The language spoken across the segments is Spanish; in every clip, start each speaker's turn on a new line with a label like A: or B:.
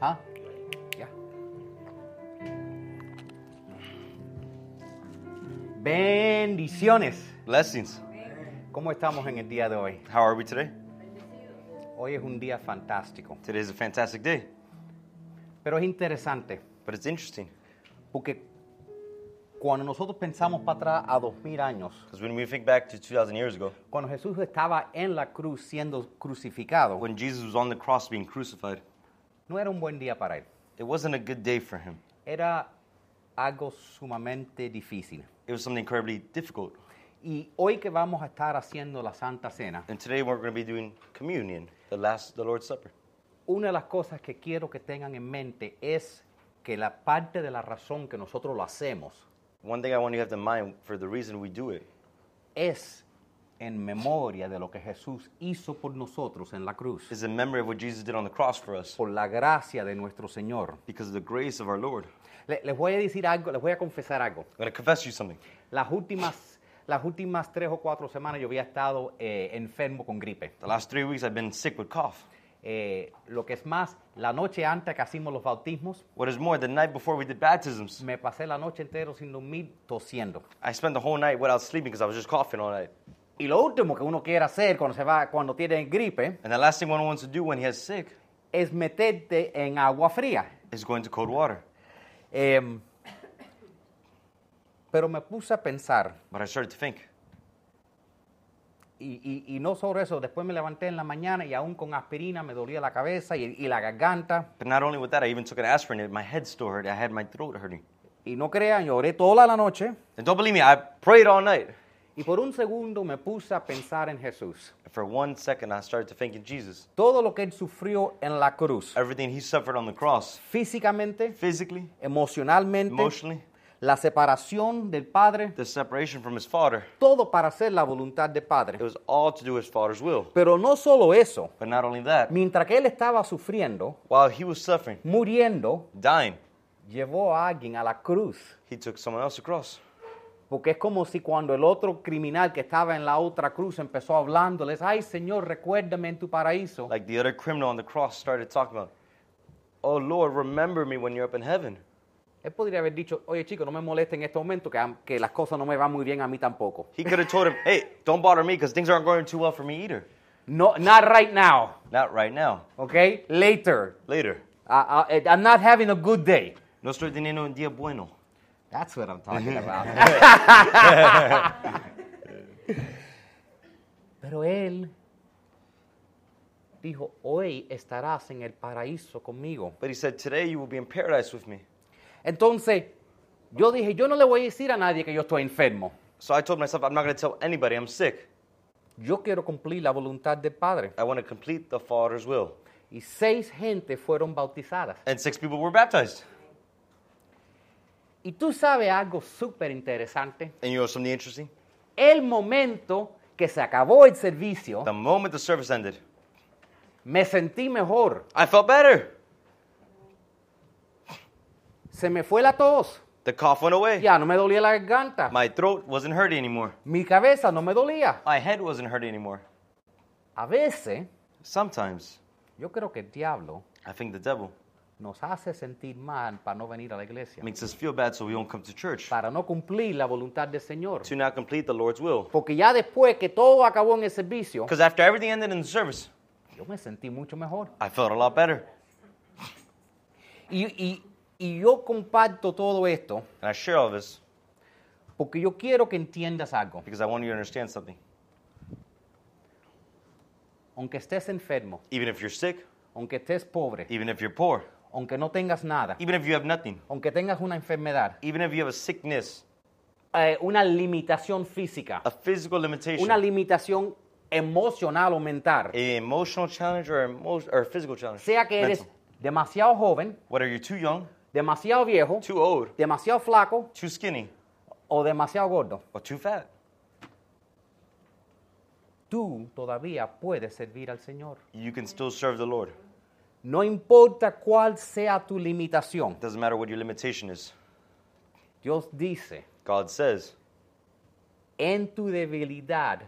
A: Huh? Yeah. Bendiciones.
B: Blessings.
A: ¿Cómo estamos en el día de hoy?
B: How are we today?
A: Hoy es un día fantástico,
B: Today is a fantastic day,
A: pero es interesante
B: but it's interesting
A: porque cuando nosotros pensamos para atrás a dos mil años,
B: because when we think back to 2,000 years ago,
A: cuando Jesús estaba en la cruz siendo crucificado,
B: when Jesus was on the cross being crucified,
A: no era un buen día para él.
B: it wasn't a good day for him.
A: Era algo sumamente difícil.
B: It was something incredibly difficult.
A: Y hoy que vamos a estar haciendo la Santa Cena,
B: And today we're going to be doing communion, the last, the Lord's Supper.
A: una de las cosas que quiero que tengan en mente es que la parte de la razón que nosotros lo hacemos
B: One thing I want you to have in mind for the reason we do it
A: es en memoria de lo que Jesús hizo por nosotros en la cruz,
B: is a memory of what Jesus did on the cross for us
A: por la gracia de nuestro Señor.
B: because of the grace of our Lord.
A: Le- les voy a decir algo, les voy a confesar algo.
B: I'm going to confess you something.
A: Las últimas, las últimas tres o cuatro semanas yo había estado eh, enfermo con gripe.
B: The last three weeks I've been sick with cough.
A: Eh, lo que es más, la noche antes que hicimos los bautismos,
B: What is more, the night before we did baptisms,
A: me pasé la noche entera sin dormir tosiendo.
B: I spent the whole night without sleeping because I was just coughing all night.
A: Y lo último que uno quiere hacer cuando se va, cuando tiene gripe,
B: And the last thing one wants to do when he has sick
A: es meterte en agua fría.
B: is go into cold water.
A: Em, pero me puse a pensar,
B: But I started to think.
A: y, y- y no sobre eso, después me levanté en la mañana y aún con aspirina me dolía la cabeza y, y la garganta.
B: But not only with that, I even took an aspirin. and My head still hurt. I had my throat hurting.
A: Y no crean, lloré toda la noche.
B: And don't believe me, I prayed all night.
A: Y por un segundo me puse a pensar en Jesús.
B: And for one second, I started to think in Jesus.
A: Todo lo que él sufrió en la cruz,
B: Everything he suffered on the cross,
A: físicamente,
B: physically,
A: emocionalmente,
B: emotionally,
A: la separación del Padre,
B: the separation from his father.
A: todo para hacer la voluntad del Padre.
B: It was all to do with his father's will.
A: Pero no solo eso,
B: But not only that,
A: mientras que él estaba sufriendo,
B: while he was suffering,
A: muriendo,
B: dying,
A: llevó a alguien a la cruz.
B: he took someone else across.
A: Porque es como si cuando el otro criminal que estaba en la otra cruz empezó hablándoles, ay Señor, recuérdame en tu paraíso.
B: Like the other criminal on the cross started talking about, Oh Lord, remember me when you're up in heaven.
A: Él podría haber dicho, oye chico, no me moleste en este momento, que, am- que las cosas no me van muy bien a mí tampoco.
B: He could have told him, Hey, don't bother me because things aren't going too well for me either.
A: No, not right now,
B: Not right now.
A: ok? Later.
B: Later.
A: Uh, uh, I'm not having a good day.
B: No estoy teniendo un día bueno.
A: That's what I'm talking about. Pero él dijo, hoy estarás en el paraíso conmigo.
B: But he said, Today you will be in paradise with me.
A: Entonces, yo dije, yo no le voy a decir a nadie que yo estoy enfermo.
B: So I told myself, I'm not going to tell anybody I'm sick.
A: Yo quiero cumplir la voluntad del Padre.
B: I want to complete the Father's will.
A: Y seis gente fueron bautizadas.
B: And six people were baptized.
A: Y tú sabes algo súper interesante.
B: And you know something interesting?
A: El momento que se acabó el servicio,
B: The moment the service ended,
A: me sentí mejor.
B: I felt better.
A: Se me fue la tos.
B: The cough went away.
A: Ya no me dolía la garganta.
B: My throat wasn't hurting anymore.
A: Mi cabeza no me dolía.
B: My head wasn't hurting anymore.
A: A veces,
B: Sometimes,
A: yo creo que el diablo
B: I think the devil
A: nos hace sentir mal para no venir a la iglesia,
B: makes us feel bad so we don't come to church.
A: para no cumplir la voluntad del Señor.
B: To not complete the Lord's will.
A: Porque ya después que todo acabó en el servicio,
B: Because after everything ended in the service,
A: yo me sentí mucho mejor.
B: I felt a lot better.
A: Y, y- y yo comparto todo esto
B: And I share all this
A: porque yo quiero que entiendas algo.
B: because I want you to understand something.
A: Aunque estés enfermo,
B: Even if you're sick,
A: aunque estés pobre,
B: even if you're poor,
A: aunque no tengas nada,
B: even if you have nothing,
A: aunque tengas una enfermedad,
B: even if you have a sickness,
A: eh, una limitación física,
B: a physical limitation,
A: una limitación emocional o mental,
B: a emotional challenge or, emo- or a physical challenge,
A: sea que eres
B: mental.
A: demasiado joven,
B: whether you're too young,
A: demasiado viejo,
B: too old,
A: demasiado flaco
B: too skinny,
A: o demasiado gordo,
B: or too fat,
A: tú todavía puedes servir al Señor.
B: you can still serve the Lord.
A: No importa cuál sea tu limitación,
B: It doesn't matter what your limitation is.
A: Dios dice,
B: God says,
A: en tu debilidad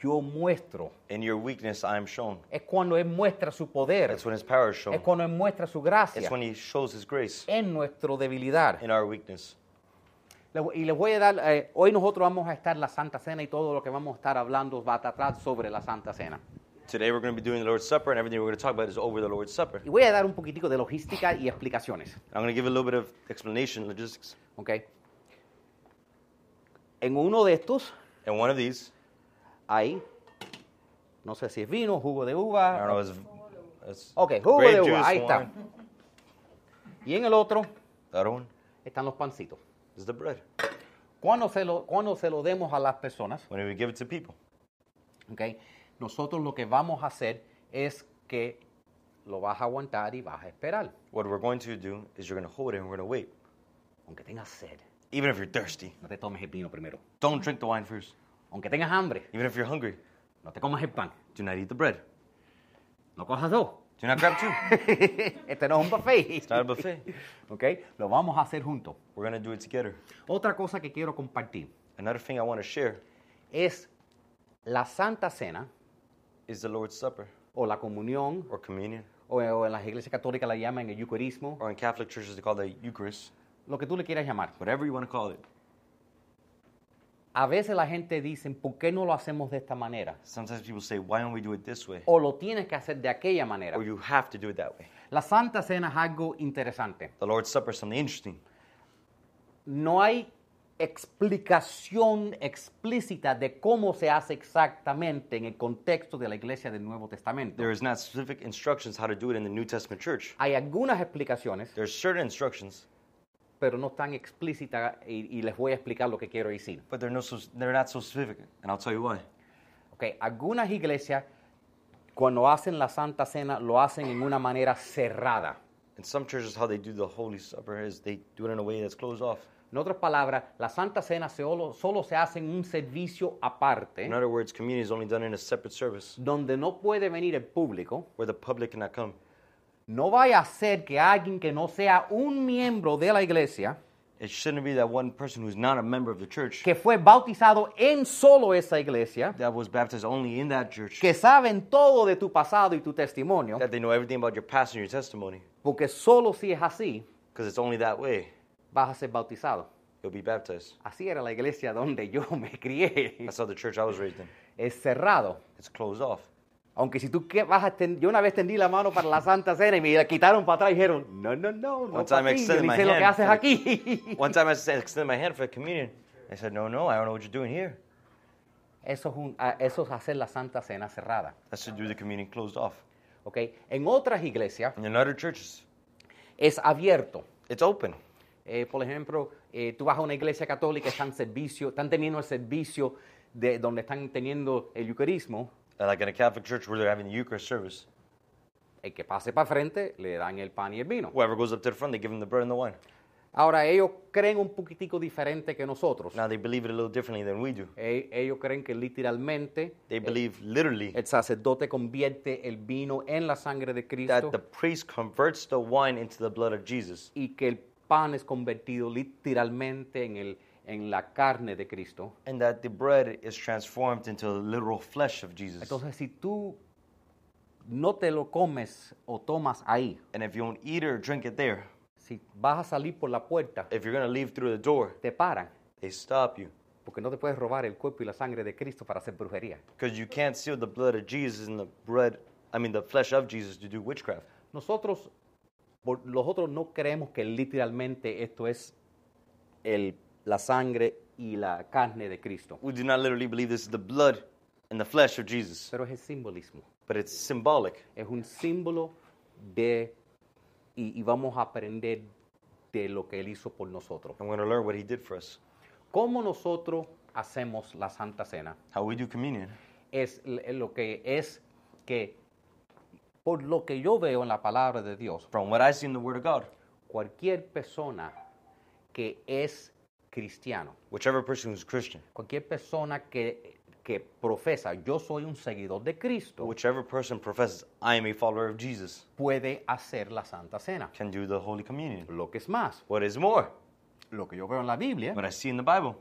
A: yo muestro.
B: In your weakness, I am shown.
A: Es cuando Él muestra su poder.
B: That's when His power is
A: Es
B: shown.
A: cuando Él muestra su gracia
B: It's when He shows His grace
A: en nuestra debilidad.
B: in our weakness.
A: Le- Y les voy a dar, eh, hoy nosotros vamos a estar en la Santa Cena y todo lo que vamos a estar hablando va a tratar sobre la Santa Cena.
B: Today we're going to be doing the Lord's Supper, and everything we're going to talk about is over the Lord's Supper.
A: Y voy a dar un poquitico de logística y explicaciones.
B: I'm going to give a little bit of explanation, logistics.
A: ¿ok? En uno de estos
B: And one of these,
A: hay, no sé si es vino, jugo de
B: I don't
A: uva.
B: know, is, is
A: Ok, jugo
B: grape
A: de uva,
B: juice,
A: ahí está.
B: wine.
A: Y en el otro
B: The other one
A: están los pancitos.
B: is the bread.
A: Cuando se lo, cuando se lo demos a las personas,
B: When we give it to people,
A: ¿ok? nosotros lo que vamos a hacer es que lo vas a aguantar y vas a esperar,
B: what we're going to do is you're going to hold it and we're going to wait.
A: aunque tengas sed.
B: Even if you're thirsty,
A: No te tomes el vino primero.
B: don't drink the wine first.
A: Aunque tengas hambre,
B: Even if you're hungry,
A: no te comas el pan.
B: do not eat the bread.
A: No cojas dos.
B: Do not grab two.
A: este no es un buffet.
B: It's not a buffet.
A: ¿Ok? Lo vamos a hacer juntos.
B: We're going to do it together.
A: Otra cosa que quiero compartir
B: Another thing I want to share
A: es la Santa Cena
B: is the Lord's Supper
A: o la comunión
B: or communion.
A: o, o en las iglesias católicas la llaman el eucarismo,
B: Or in Catholic churches, they call it Eucharist.
A: lo que tú le quieras llamar.
B: Whatever you want to call it.
A: A veces la gente dice, ¿por qué no lo hacemos de esta manera?
B: Sometimes people say, why don't we do it this way?
A: O lo tienes que hacer de aquella manera.
B: Or you have to do it that way.
A: La Santa Cena es algo interesante.
B: The Lord's Supper is something interesting.
A: No hay explicación explícita de cómo se hace exactamente en el contexto de la iglesia del Nuevo Testamento.
B: There is not specific instructions how to do it in the New Testament church.
A: Hay algunas explicaciones,
B: There's certain instructions,
A: pero no tan explícitas y, y les voy a explicar lo que quiero decir.
B: but they're, no so, they're not so specific, and I'll tell you why.
A: Ok, Algunas iglesias, cuando hacen la Santa Cena, lo hacen en una manera cerrada.
B: In some churches, how they do the Holy Supper is they do it in a way that's closed off.
A: En otras palabras, la Santa Cena solo, solo se hace en un servicio aparte,
B: In other words, communion is only done in a separate service
A: donde no puede venir el público.
B: where the public cannot come.
A: No vaya a ser que alguien que no sea un miembro de la iglesia,
B: It shouldn't be that one person who's not a member of the church
A: que fue bautizado en solo esa iglesia,
B: that was baptized only in that church,
A: que saben todo de tu pasado y tu testimonio,
B: that they know everything about your past and your testimony,
A: porque solo si es así,
B: because it's only that way
A: vas a ser bautizado.
B: you'll be baptized.
A: Así era la iglesia donde yo me crié.
B: That's how the church I was raised in.
A: Es cerrado.
B: It's closed off.
A: Aunque si tú que vas a extender, yo una vez tendí la mano para la Santa Cena y me la quitaron para atrás y dijeron, no, no, no, no,
B: One time I
A: papi, yo
B: extended
A: ni
B: my
A: sé lo que
B: hand
A: haces
B: for-
A: aquí.
B: One time I said- extended my hand for communion. I said, No, no, I don't know what you're doing here.
A: Eso es, un- ah, eso es hacer la Santa Cena cerrada,
B: That's to do the communion closed off.
A: ¿ok? En otras iglesias
B: And in other churches,
A: es abierto.
B: it's open.
A: Eh, por ejemplo, eh, tú vas a una iglesia católica, están, servicio, están teniendo el servicio de donde están teniendo el eucarismo,
B: Uh, Like in a Catholic church where they're having the Eucharist service.
A: el que pase para frente le dan el pan y el vino.
B: Whoever goes up to the front, they give them the bread and the wine.
A: Ahora, ellos creen un poquitico diferente que nosotros.
B: Now they believe it a little differently than we do.
A: Eh, ellos creen que literalmente
B: They believe literally
A: El sacerdote convierte el vino en la sangre de Cristo
B: that the priest converts the wine into the blood of Jesus
A: y que el pan es convertido literalmente en, el, en la carne de Cristo.
B: and that the bread is transformed into the literal flesh of Jesus.
A: Entonces, si tú no te lo comes o tomas ahí,
B: And if you don't eat it or drink it there,
A: si vas a salir por la puerta,
B: if you're going to leave through the door,
A: te paran,
B: they stop you
A: porque no te puedes robar el cuerpo y la sangre de Cristo para hacer brujería.
B: because you can't seal the blood of Jesus and the bread, I mean, the flesh of Jesus to do witchcraft.
A: Nosotros, por- nosotros no creemos que literalmente esto es el- la sangre y la carne de Cristo,
B: We do not literally believe this is the blood and the flesh of Jesus,
A: pero es el simbolismo.
B: but it's symbolic.
A: es un símbolo de, y, y vamos a aprender de lo que Él hizo por nosotros.
B: And we're going to learn what he did for us.
A: ¿Cómo nosotros hacemos la Santa Cena?
B: How we do communion
A: Es l- eh, lo que es que, por lo que yo veo en la palabra de Dios,
B: from what I see in the Word of God.
A: cualquier persona que es cristiano,
B: Whichever person who's Christian,
A: cualquier persona que, que profesa, yo soy un seguidor de Cristo,
B: whichever person professes, I am a follower of Jesus,
A: puede hacer la Santa Cena.
B: can do the Holy Communion.
A: Lo que es más,
B: What is more,
A: lo que yo veo en la Biblia
B: what I see in the Bible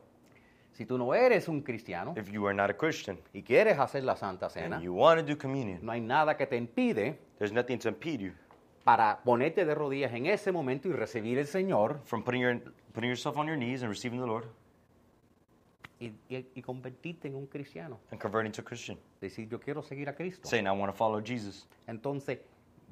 A: Si tú no eres un cristiano
B: if you are not a Christian
A: y quieres hacer la Santa Cena,
B: and you want to do communion,
A: no hay nada que te impide
B: there's nothing to impede you
A: para ponerte de rodillas en ese momento y recibir el Señor
B: from putting, your, putting yourself on your knees and receiving the Lord
A: y, y- y convertirte en un cristiano.
B: and converting to Christian,
A: Decir, yo quiero seguir a Cristo.
B: saying, I want to follow Jesus.
A: Entonces,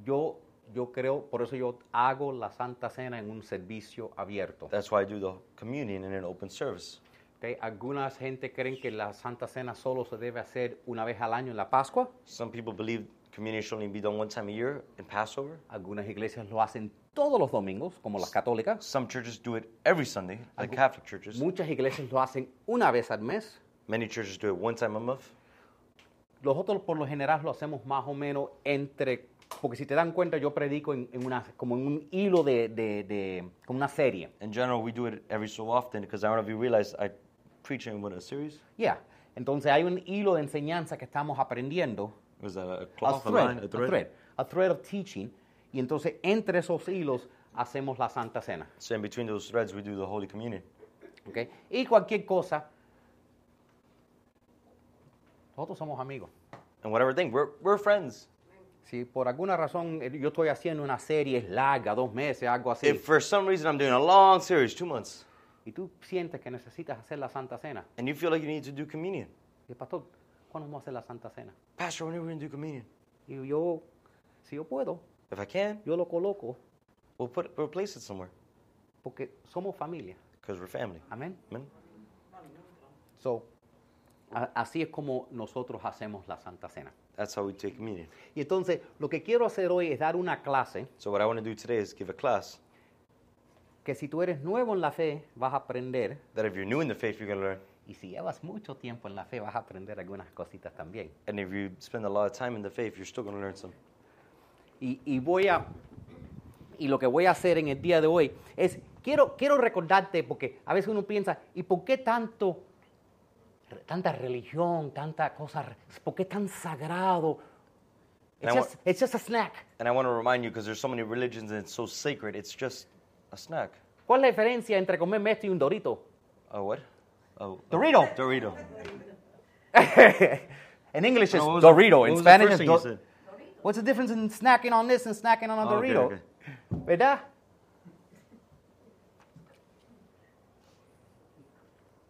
A: yo, yo creo, por eso yo hago la Santa Cena en un servicio abierto.
B: That's why I do the communion in an open service.
A: ¿ok? Algunas gente creen que la Santa Cena solo se debe hacer una vez al año en la Pascua.
B: Some people believe communion should only be done one time a year in Passover.
A: Algunas iglesias lo hacen todos los domingos, como las católicas.
B: Some churches do it every Sunday, like Catholic churches.
A: Muchas iglesias lo hacen una vez al mes.
B: Many churches do it one time a month.
A: Nosotros por lo general lo hacemos más o menos entre, porque si te dan cuenta yo predico en, en una, como en un hilo de, de- de- como una serie.
B: In general, we do it every so often because I don't know if you realize I preach in what a series.
A: Yeah. Entonces hay un hilo de enseñanza que estamos aprendiendo.
B: It was a
A: A
B: cloth, a line,
A: thread, a thread. A thread of teaching. Y entonces entre esos hilos hacemos la Santa Cena.
B: So in between those threads, we do the Holy Communion.
A: ¿ok? Y cualquier cosa, nosotros somos amigos.
B: And whatever thing, we're, we're friends.
A: Si por alguna razón eh, yo estoy haciendo una serie larga, dos meses, algo así,
B: If for some reason I'm doing a long series, two months,
A: y tú sientes que necesitas hacer la Santa Cena,
B: and you feel like you need to do communion,
A: Y el pastor, ¿cuándo vamos a hacer la Santa Cena?
B: Pastor, when are we going to do communion?
A: Y yo, si yo puedo,
B: If I can,
A: yo lo coloco
B: we'll put we'll place it somewhere
A: porque somos familia.
B: because we're family.
A: Amén.
B: Amen.
A: So, a- así es como nosotros hacemos la Santa Cena.
B: That's how we take communion.
A: Y entonces, lo que quiero hacer hoy es dar una clase
B: So what I want to do today is give a class
A: que si tú eres nuevo en la fe, vas a aprender.
B: that if you're new in the faith, you're going to learn,
A: Y si llevas mucho tiempo en la fe, vas a aprender algunas cositas también.
B: and if you spend a lot of time in the faith, you're still going to learn some.
A: Y, y voy a. Y lo que voy a hacer en el día de hoy es. Quiero, quiero recordarte, porque a veces uno piensa, ¿y por qué tanto. tanta religión, tanta cosa. re- ¿Por qué tan sagrado? It's
B: And I
A: just, it's just a snack.
B: And I want to remind you because there's so many religions and it's so sacred. It's just a snack.
A: ¿Cuál es la diferencia entre comerme esto y un dorito?
B: A what? Oh, a-
A: Dorito.
B: Dorito.
A: en English es
B: No, what was the-
A: dorito.
B: what
A: En
B: was the
A: Spanish
B: first
A: es
B: thing you
A: do-
B: said?
A: What's the difference in snacking on this and snacking on a
B: Ah, ok,
A: dorito?
B: ok.
A: ¿Verdad?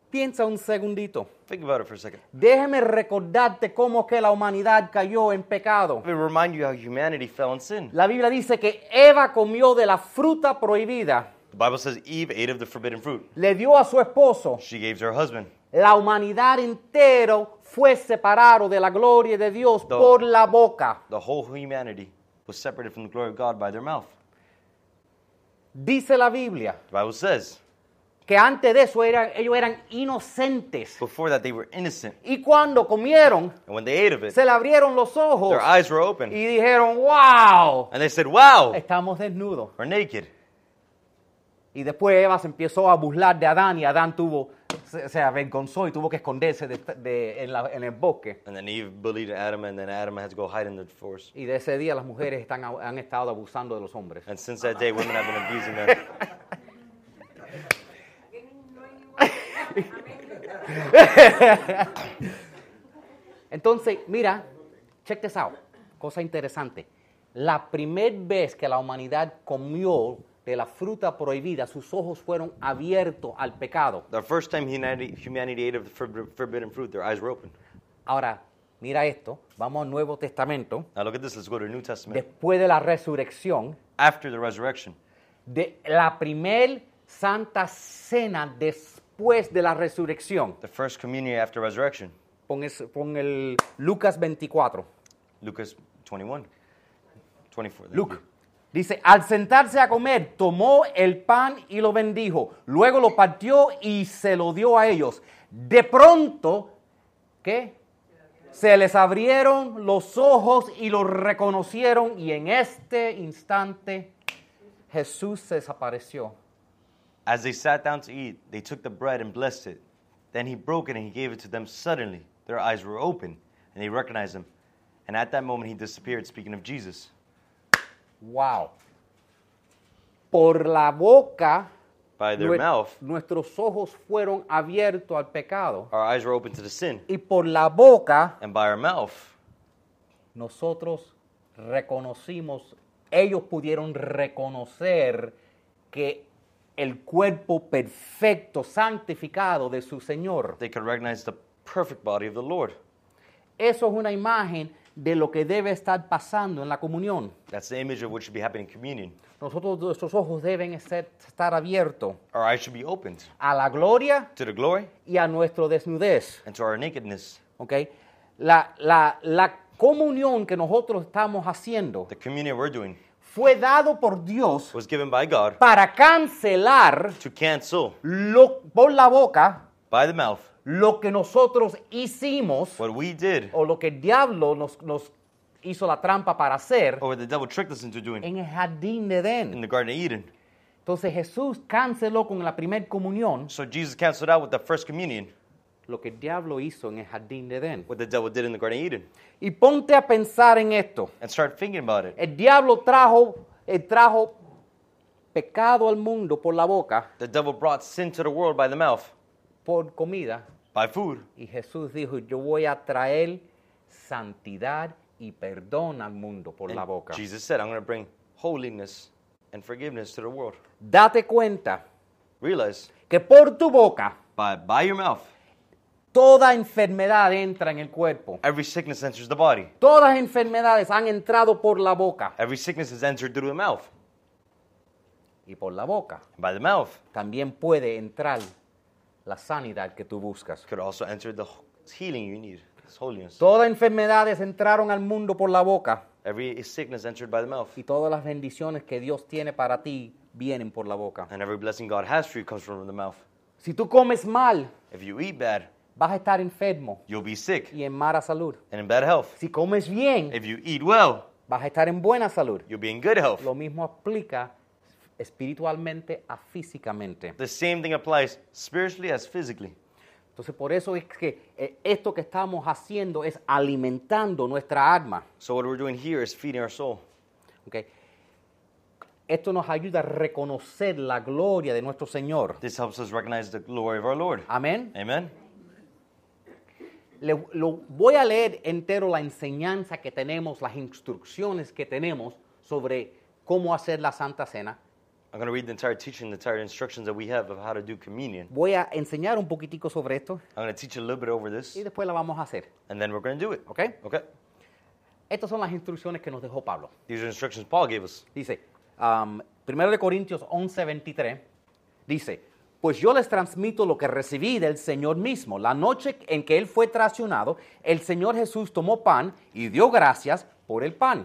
A: Piensa un segundito.
B: Think about it for a second.
A: Déjeme recordarte cómo que la humanidad cayó en pecado.
B: Let me remind you how humanity fell in sin.
A: La Biblia dice que Eva comió de la fruta prohibida,
B: The Bible says Eve ate of the forbidden fruit.
A: le dio a su esposo.
B: She gave to her husband.
A: La humanidad entero fue separado de la gloria de Dios
B: No.
A: por la boca.
B: The whole humanity was separated from the glory of God by their mouth.
A: Dice la Biblia
B: The Bible says
A: que antes de eso era- ellos eran inocentes.
B: before that they were innocent.
A: Y cuando comieron,
B: And when they ate of it,
A: se le abrieron los ojos
B: their eyes Oh. were open.
A: y dijeron, wow,
B: And they said, Wow,
A: estamos desnudos.
B: we're naked.
A: Y después Eva se empezó a burlar de Adán y Adán tuvo, se, se avergonzó y tuvo que esconderse de- de- en, la- en el bosque.
B: And then Eve bullied Adam, and then Adam had to go hide in the forest.
A: Y de ese día las mujeres están, a- han estado abusando de los hombres.
B: And since that day, women have been abusing them.
A: Entonces, mira, check this out, cosa interesante. La primera vez que la humanidad comió de la fruta prohibida, sus ojos fueron abiertos al pecado.
B: The first time humanity, humanity ate of the forb- forbidden fruit, their eyes were open.
A: Ahora, mira esto, vamos al Nuevo Testamento,
B: Now look at this. Let's go to the New Testament.
A: después de la resurrección,
B: After the resurrection,
A: de la primer santa cena después de la resurrección.
B: the first communion after resurrection,
A: Pon, es- pon el Lucas 24.
B: Lucas 21, 24. thank
A: Luke.
B: you.
A: Dice, al sentarse a comer, tomó el pan y lo bendijo. Luego lo partió y se lo dio a ellos. De pronto, ¿qué? Se les abrieron los ojos y los reconocieron y en este instante Jesús se desapareció.
B: As they sat down to eat, they took the bread and blessed it. Then he broke it and he gave it to them suddenly. Their eyes were open and they recognized him. And at that moment, he disappeared, speaking of Jesus.
A: Wow. Por la boca
B: by their
A: Nue-
B: mouth,
A: nuestros ojos fueron abiertos al pecado
B: our eyes were open to the sin.
A: y por la boca
B: And by our mouth,
A: nosotros reconocimos, ellos pudieron reconocer que el cuerpo perfecto, santificado de su Señor.
B: they could recognize the perfect body of the Lord.
A: Eso es una imagen de lo que debe estar pasando en la comunión.
B: That's the image of what should be happening in communion.
A: Nosotros, nuestros ojos deben ser- estar abiertos
B: Our eyes should be opened
A: a la gloria
B: to the glory
A: y a nuestra desnudez.
B: and to our nakedness.
A: ¿ok? La, la- la comunión que nosotros estamos haciendo
B: The communion we're doing
A: fue dado por Dios
B: was given by God
A: para cancelar
B: to cancel
A: lo- por la boca
B: by the mouth
A: lo que nosotros hicimos
B: what we did
A: o lo que el diablo nos, nos hizo la trampa para hacer
B: or what the devil tricked us into doing
A: en el jardín de Edén.
B: in the Garden of Eden.
A: Entonces Jesús canceló con la primer comunión
B: So Jesus canceled out with the first communion
A: lo que el diablo hizo en el jardín de Edén.
B: what the devil did in the Garden of Eden.
A: Y ponte a pensar en esto.
B: And start thinking about it.
A: El diablo trajo, eh, trajo pecado al mundo por la boca,
B: The devil brought sin to the world by the mouth,
A: por comida.
B: by food.
A: Y Jesús dijo, yo voy a traer santidad y perdón al mundo por la
B: And
A: boca.
B: Jesus said, I'm going to bring holiness and forgiveness to the world.
A: Date cuenta
B: Realize
A: que por tu boca
B: by, by your mouth,
A: toda enfermedad entra en el cuerpo.
B: every sickness enters the body.
A: Todas enfermedades han entrado por la boca.
B: Every sickness is entered through the mouth.
A: Y por la boca
B: And by the mouth
A: también puede entrar la sanidad que tú buscas.
B: could also enter the healing you need, It's holiness.
A: Todas enfermedades entraron al mundo por la boca
B: Every sickness entered by the mouth.
A: y todas las bendiciones que Dios tiene para ti vienen por la boca.
B: And every blessing God has for you comes from the mouth.
A: Si tú comes mal,
B: If you eat bad,
A: vas a estar enfermo
B: you'll be sick
A: y en mala salud.
B: and in bad health.
A: Si comes bien,
B: If you eat well,
A: vas a estar en buena salud.
B: you'll be in good health.
A: Lo mismo aplica espiritualmente a físicamente.
B: The same thing applies spiritually as physically.
A: Entonces por eso es que eh, esto que estamos haciendo es alimentando nuestra alma.
B: So what we're doing here is feeding our soul.
A: ¿ok? Esto nos ayuda a reconocer la gloria de nuestro Señor.
B: This helps us recognize the glory of our Lord.
A: Amén.
B: Amen.
A: Le- lo, voy a leer entero la enseñanza que tenemos, las instrucciones que tenemos sobre cómo hacer la Santa Cena.
B: I'm going to read the entire teaching, the entire instructions that we have of how to do communion.
A: Voy a enseñar un poquitico sobre esto
B: I'm going to teach you a little bit over this,
A: y después la vamos a hacer.
B: and then we're going to do it.
A: ¿Ok?
B: Okay?
A: Estas son las instrucciones que nos dejó Pablo.
B: These are instructions Paul gave us.
A: Dice, um, 1 de Corintios 11, 23, dice, pues yo les transmito lo que recibí del Señor mismo. La noche en que Él fue traicionado, el Señor Jesús tomó pan y dio gracias por el pan.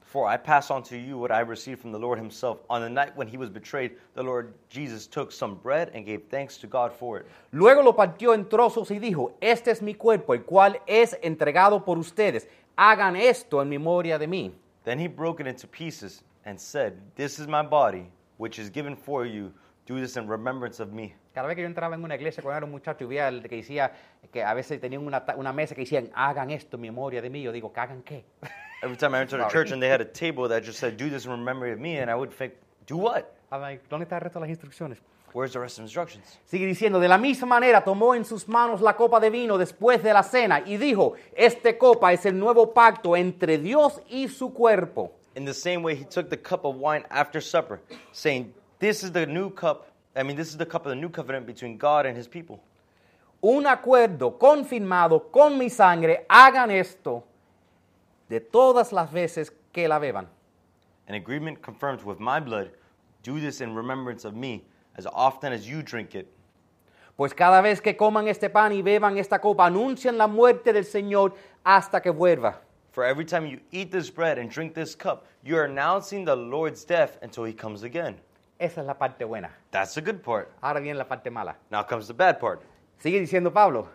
B: For I pass on to you what I received from the Lord himself. On the night when he was betrayed, the Lord Jesus took some bread and gave thanks to God for it.
A: Luego lo partió en trozos y dijo, este es mi cuerpo, el cual es entregado por ustedes. Hagan esto en memoria de mí.
B: Then he broke it into pieces and said, This is my body, which is given for you. Do this in remembrance of me.
A: Cada vez que yo entraba en una iglesia cuando era un muchacho y veía el que decía que a veces tenían una, ta- una mesa que decían, hagan esto en memoria de mí, yo digo, ¿que hagan qué?
B: Every time I entered a
A: Sorry.
B: church and they had a table that just said, Do this in memory of me, and I would think, Do what?
A: I'm like, ¿Dónde está el resto de las instrucciones?
B: Where's the rest of the instructions?
A: Sigue diciendo, de la misma manera tomó en sus manos la copa de vino después de la cena y dijo, este copa es el nuevo pacto entre Dios y su cuerpo.
B: In the same way, he took the cup of wine after supper, saying, This is the new cup. I mean, this is the cup of the new covenant between God and his people.
A: un acuerdo confirmado con mi sangre, hagan esto de todas las veces que la beban.
B: An agreement confirmed with my blood. Do this in remembrance of me, as often as you drink it.
A: Pues cada vez que coman este pan y beban esta copa, anuncian la muerte del Señor hasta que vuelva.
B: For every time you eat this bread and drink this cup, you are announcing the Lord's death until he comes again.
A: Esa es la parte buena.
B: That's the good part.
A: Ahora viene la parte mala.
B: Now comes the bad part.
A: Sigue diciendo Pablo.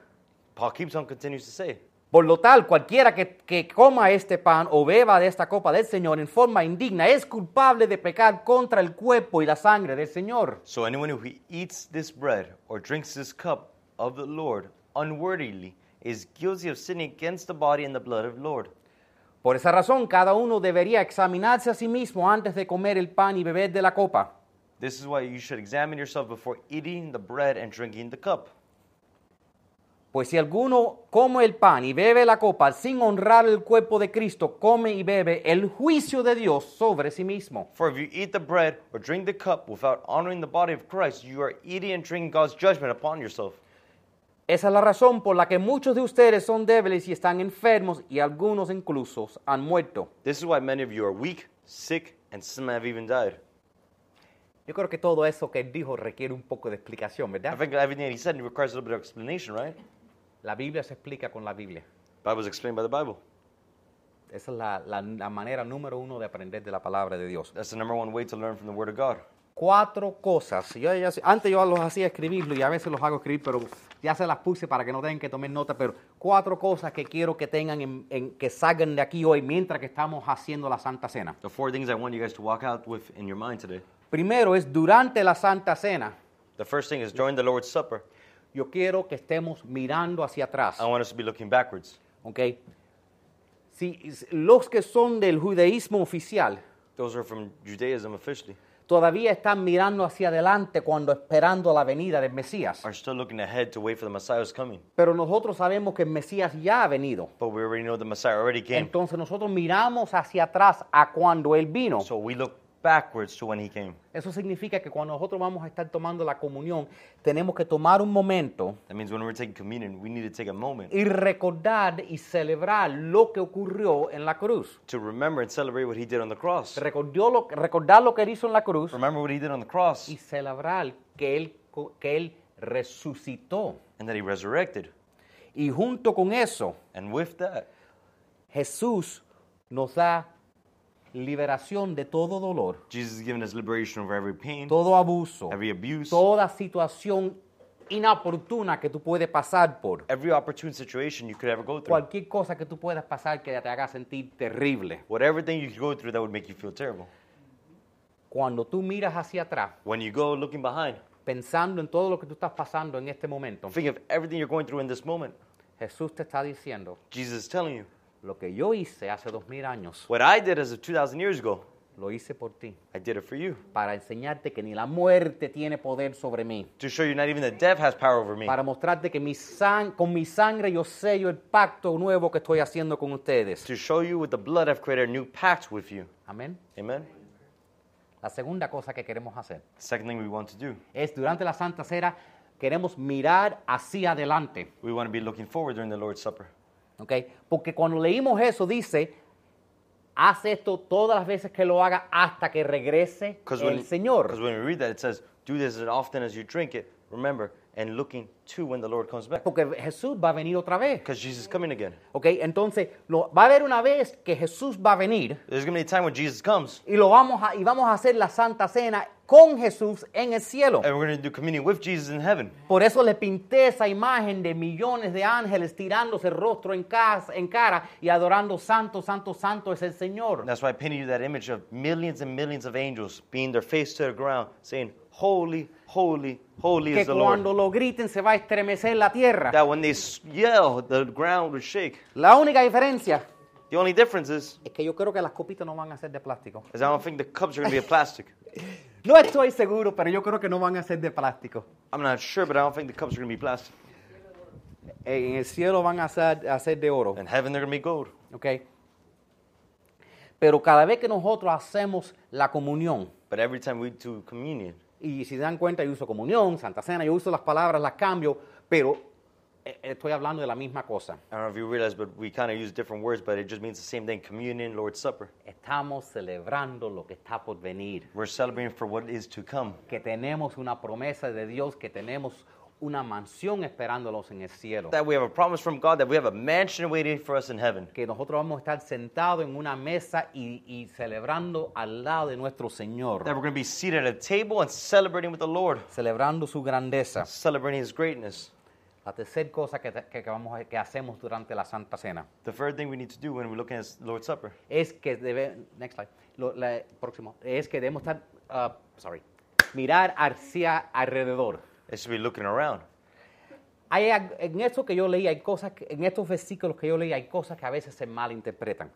B: Paul keeps on continues to say,
A: Por lo tal, cualquiera que, que coma este pan o beba de esta copa del Señor en forma indigna es culpable de pecar contra el cuerpo y la sangre del Señor.
B: So anyone who eats this bread or drinks this cup of the Lord unworthily is guilty of sinning against the body and the blood of the Lord.
A: Por esa razón, cada uno debería examinarse a sí mismo antes de comer el pan y beber de la copa.
B: This is why you should examine yourself before eating the bread and drinking the cup.
A: Pues si alguno come el pan y bebe la copa sin honrar el cuerpo de Cristo, come y bebe el juicio de Dios sobre sí mismo.
B: For if you eat the bread or drink the cup without honoring the body of Christ, you are eating and drinking God's judgment upon yourself.
A: Esa es la razón por la que muchos de ustedes son débiles y están enfermos y algunos incluso han muerto.
B: This is why many of you are weak, sick, and some have even died.
A: Yo creo que todo eso que él dijo requiere un poco de explicación,
B: I
A: ¿verdad?
B: think everything that he said requires a little bit of explanation, right?
A: La Biblia se explica con la Biblia.
B: Bible's explained by the Bible.
A: Esa es la, la- la manera número uno de aprender de la palabra de Dios.
B: That's the number one way to learn from the Word of God.
A: Cuatro cosas. Yo ya- antes yo los hacía escribirlo y a veces los hago escribir, pero ya se las puse para que no tengan que tomar nota. Pero cuatro cosas que quiero que tengan, en- en- que salgan de aquí hoy mientras que estamos haciendo la Santa Cena.
B: The four things I want you guys to walk out with in your mind today.
A: Primero es durante la Santa Cena.
B: The first thing is during the Lord's Supper,
A: Yo quiero que estemos mirando hacia atrás.
B: I want us to be looking backwards.
A: ¿ok? Si s- los que son del judaísmo oficial
B: Those are from Judaism officially,
A: todavía están mirando hacia adelante cuando esperando la venida del Mesías.
B: are still looking ahead to wait for the Messiah's coming.
A: Pero nosotros sabemos que el Mesías ya ha venido.
B: But we already know the Messiah already came.
A: Entonces nosotros miramos hacia atrás a cuando Él vino.
B: So we look backwards to when he came.
A: Eso significa que cuando nosotros vamos a estar tomando la comunión, tenemos que tomar un momento
B: That means when we're taking communion, we need to take a moment
A: y recordar y celebrar lo que ocurrió en la cruz.
B: to remember and celebrate what he did on the cross.
A: Recordó lo- recordar lo que Él hizo en la cruz
B: Remember what he did on the cross
A: y celebrar que él, co- que él resucitó.
B: and that he resurrected.
A: Y junto con eso,
B: And with that,
A: Jesús nos da liberación de todo dolor,
B: Jesus has given us liberation over every pain,
A: todo abuso,
B: every abuse,
A: toda situación inoportuna que tú puedes pasar por,
B: every opportune situation you could ever go through.
A: cualquier cosa que tú puedas pasar que te haga sentir terrible.
B: Whatever thing you could go through that would make you feel terrible.
A: Cuando tú miras hacia atrás,
B: When you go looking behind,
A: pensando en todo lo que tú estás pasando en este momento,
B: think of everything you're going through in this moment.
A: Jesús te está diciendo,
B: Jesus is telling you,
A: lo que yo hice hace dos mil años,
B: what I did as of 2,000 years ago,
A: lo hice por ti.
B: I did it for you.
A: para enseñarte que ni la muerte tiene poder sobre mí.
B: To show you not even the death has power over me.
A: Para mostrarte que mi san- con mi sangre yo sello el pacto nuevo que estoy haciendo con ustedes.
B: To show you with the blood I've created a new pact with you.
A: Amén.
B: Amen?
A: La segunda cosa que queremos hacer
B: The second thing we want to do,
A: es durante la Santa Cena queremos mirar hacia adelante.
B: we want to be looking forward during the Lord's Supper.
A: ¿ok? Porque cuando leímos eso dice, haz esto todas las veces que lo haga hasta que regrese
B: Because
A: el
B: when,
A: Señor.
B: 'cause when we read that, it says, do this as often as you drink it, remember, and looking to when the Lord comes back.
A: Porque Jesús va a venir otra vez.
B: Because Jesus is coming again.
A: ¿ok? Entonces lo- va a haber una vez que Jesús va a venir.
B: There's going to be a time when Jesus comes,
A: y lo vamos a, y vamos a hacer la Santa Cena con Jesús en el cielo.
B: and we're going to do communion with Jesus in heaven.
A: Por eso le pinté esa imagen de millones de ángeles tirándose el rostro en, cas- en cara y adorando santo, santo, santo es el Señor.
B: That's why I painted you that image of millions and millions of angels being their face to the ground, saying, Holy, holy, holy
A: Que
B: is the
A: cuando
B: Lord.
A: lo griten se va a estremecer la tierra.
B: That when they s- yell, the ground would shake.
A: La única diferencia
B: The only difference is,
A: es que yo creo que las copitas no van a ser de plástico.
B: is I don't think the cups are going to be of plastic.
A: No estoy seguro, pero yo creo que no van a ser de plástico.
B: I'm not sure, but I don't think the cups are going to be plastic.
A: En el cielo van a ser, a ser de oro.
B: In heaven, they're going to be gold.
A: ¿ok? Pero cada vez que nosotros hacemos la comunión,
B: But every time we do communion,
A: Y si se dan cuenta, yo uso comunión, Santa Cena, yo uso las palabras, las cambio, pero eh, estoy hablando de la misma cosa.
B: I don't know if you realize, but we kind of use different words, but it just means the same thing communion, Lord's Supper.
A: Estamos celebrando lo que está por venir,
B: We're celebrating for what is to come.
A: que tenemos una promesa de Dios, que tenemos una mansión esperándolos en el cielo,
B: That we have a promise from God that we have a mansion waiting for us in heaven.
A: que nosotros vamos a estar sentados en una mesa y, y celebrando al lado de nuestro
B: That
A: Señor,
B: we're going to be seated at a table and celebrating with the Lord,
A: celebrando su grandeza.
B: celebrating His greatness.
A: La tercera cosa que, te- que- que vamos a- que hacemos durante la Santa Cena
B: The third thing we need to do when we're looking at Lord's Supper
A: es que debe, next slide, Lo- la- próximo, es que debemos estar, ah, sorry, mirar hacia alrededor.
B: is to be looking around.
A: Hay, ag- en esto que yo leí, hay cosas, que- en estos versículos que yo leí, hay cosas que a veces se malinterpretan.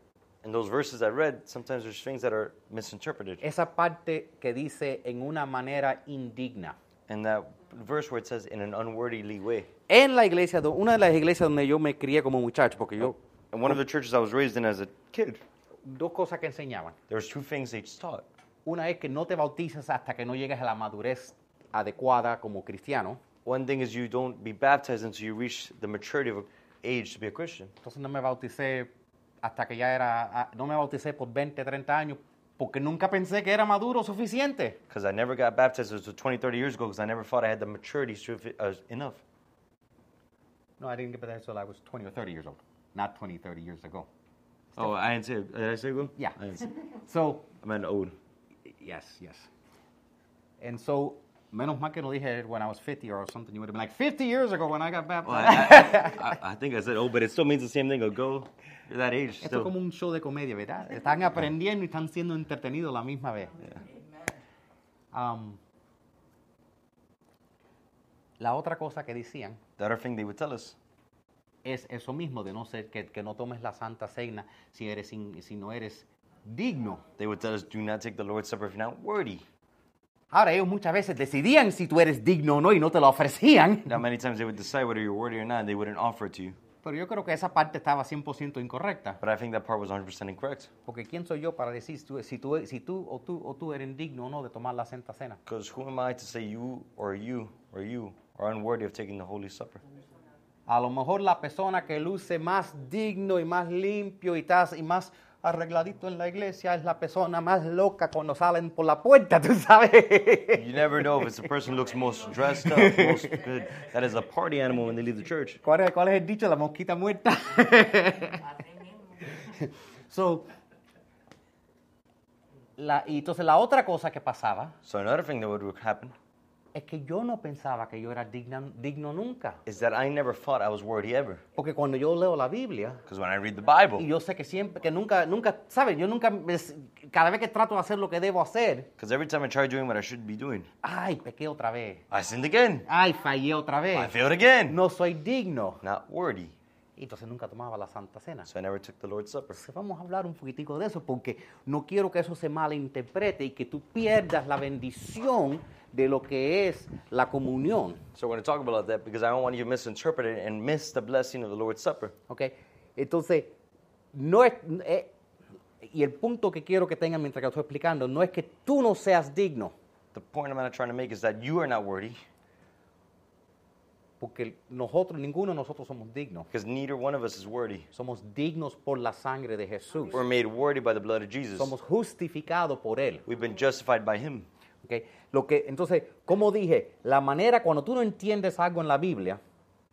B: In And those verses I read, sometimes there's things that are misinterpreted.
A: Esa parte que dice en una manera indigna.
B: And that verse where it says, in an unworthy way.
A: En la iglesia, do- una de las iglesias donde yo me crié como muchacho, porque yo,
B: In one of the churches I was raised in as a kid,
A: dos cosas que enseñaban.
B: there was two things they taught.
A: Una es que no te bautizas hasta que no llegues a la madurez adecuada como cristiano.
B: One thing is you don't be baptized until you reach the maturity of age to be a Christian.
A: Entonces no me bauticé hasta que ya era, ah, no me bauticé por 20, 30 años, porque nunca pensé que era maduro suficiente.
B: Because I never got baptized until 20, 30 years ago because I never thought I had the maturity to- uh, enough.
A: No, I didn't get that until I was 20 or 30 years old, not 20, 30 years ago.
B: Oh, I didn't say Did I say go?
A: Yeah.
B: I, didn't say-
A: So,
B: I meant old.
A: yes, yes. And so, menos mal que no dije when I was 50 or something, you would have been like, 50 years ago when I got
B: Well,
A: baptized.
B: Oh, I, I- I- I think I said old, but it still means the same thing. A go, you're that age
A: Esto es como
B: still.
A: un show de comedia, ¿verdad? Están aprendiendo y están siendo entretenidos la misma vez. Um, la otra cosa que decían
B: The other thing they would tell us
A: es eso mismo de no ser que, que no tomes la santa cena si eres in- si no eres digno.
B: They would tell us, do not take the Lord's Supper if you're not worthy.
A: Ahora ellos muchas veces decidían si tú eres digno o no y no te la ofrecían.
B: Now, many times they would decide whether you're worthy or not, they wouldn't offer it to you.
A: Pero yo creo que esa parte estaba 100% incorrecta,
B: But I think that part was 100% incorrect.
A: porque quién soy yo para decir si tú, si tú, si tú o tú o tú eres digno o no de tomar la santa cena.
B: Because who am I to say you or you or you are unworthy of taking the Holy Supper?
A: A lo mejor la persona que luce más digno y más limpio y, tas- y más arregladito en la iglesia es la persona más loca cuando salen por la puerta, tú sabes.
B: You never know if it's the person who looks most dressed up, most good, that is a party animal when they leave the church.
A: ¿Cuál es, cuál es el dicho? La mosquita muerta. So, la- y entonces la otra cosa que pasaba
B: So, another thing that would happen
A: es que yo no pensaba que yo era digna- digno nunca.
B: is that I never thought I was worthy ever.
A: Porque cuando yo leo la Biblia,
B: Because when I read the
A: y
B: Bible,
A: yo sé que siempre, que nunca, nunca, ¿sabes? Yo nunca, me- cada vez que trato de hacer lo que debo hacer,
B: because every time I try doing what I should be doing,
A: ay, pequé otra vez.
B: I sinned again.
A: Ay, fallé otra
B: I
A: vez.
B: failed again.
A: No soy digno.
B: Not worthy.
A: Y entonces nunca tomaba la Santa Cena.
B: So I never took the Lord's Supper.
A: Entonces Pues, vamos a hablar un poquitico de eso porque no quiero que eso se malinterprete y que tú pierdas la bendición de lo que es la comunión.
B: So we're going to talk about that because I don't want you to misinterpret it and miss the blessing of the Lord's Supper.
A: ¿Ok? Entonces, no es... eh, y el punto que quiero que tengan mientras que lo estoy explicando, no es que tú no seas digno,
B: The point I'm not trying to make is that you are not worthy
A: porque nosotros, ninguno de nosotros somos dignos.
B: because neither one of us is worthy.
A: Somos dignos por la sangre de Jesús.
B: We're made worthy by the blood of Jesus.
A: Somos justificados por Él.
B: We've been justified by Him.
A: ¿ok? Lo que, entonces, como dije, la manera, cuando tú no entiendes algo en la Biblia,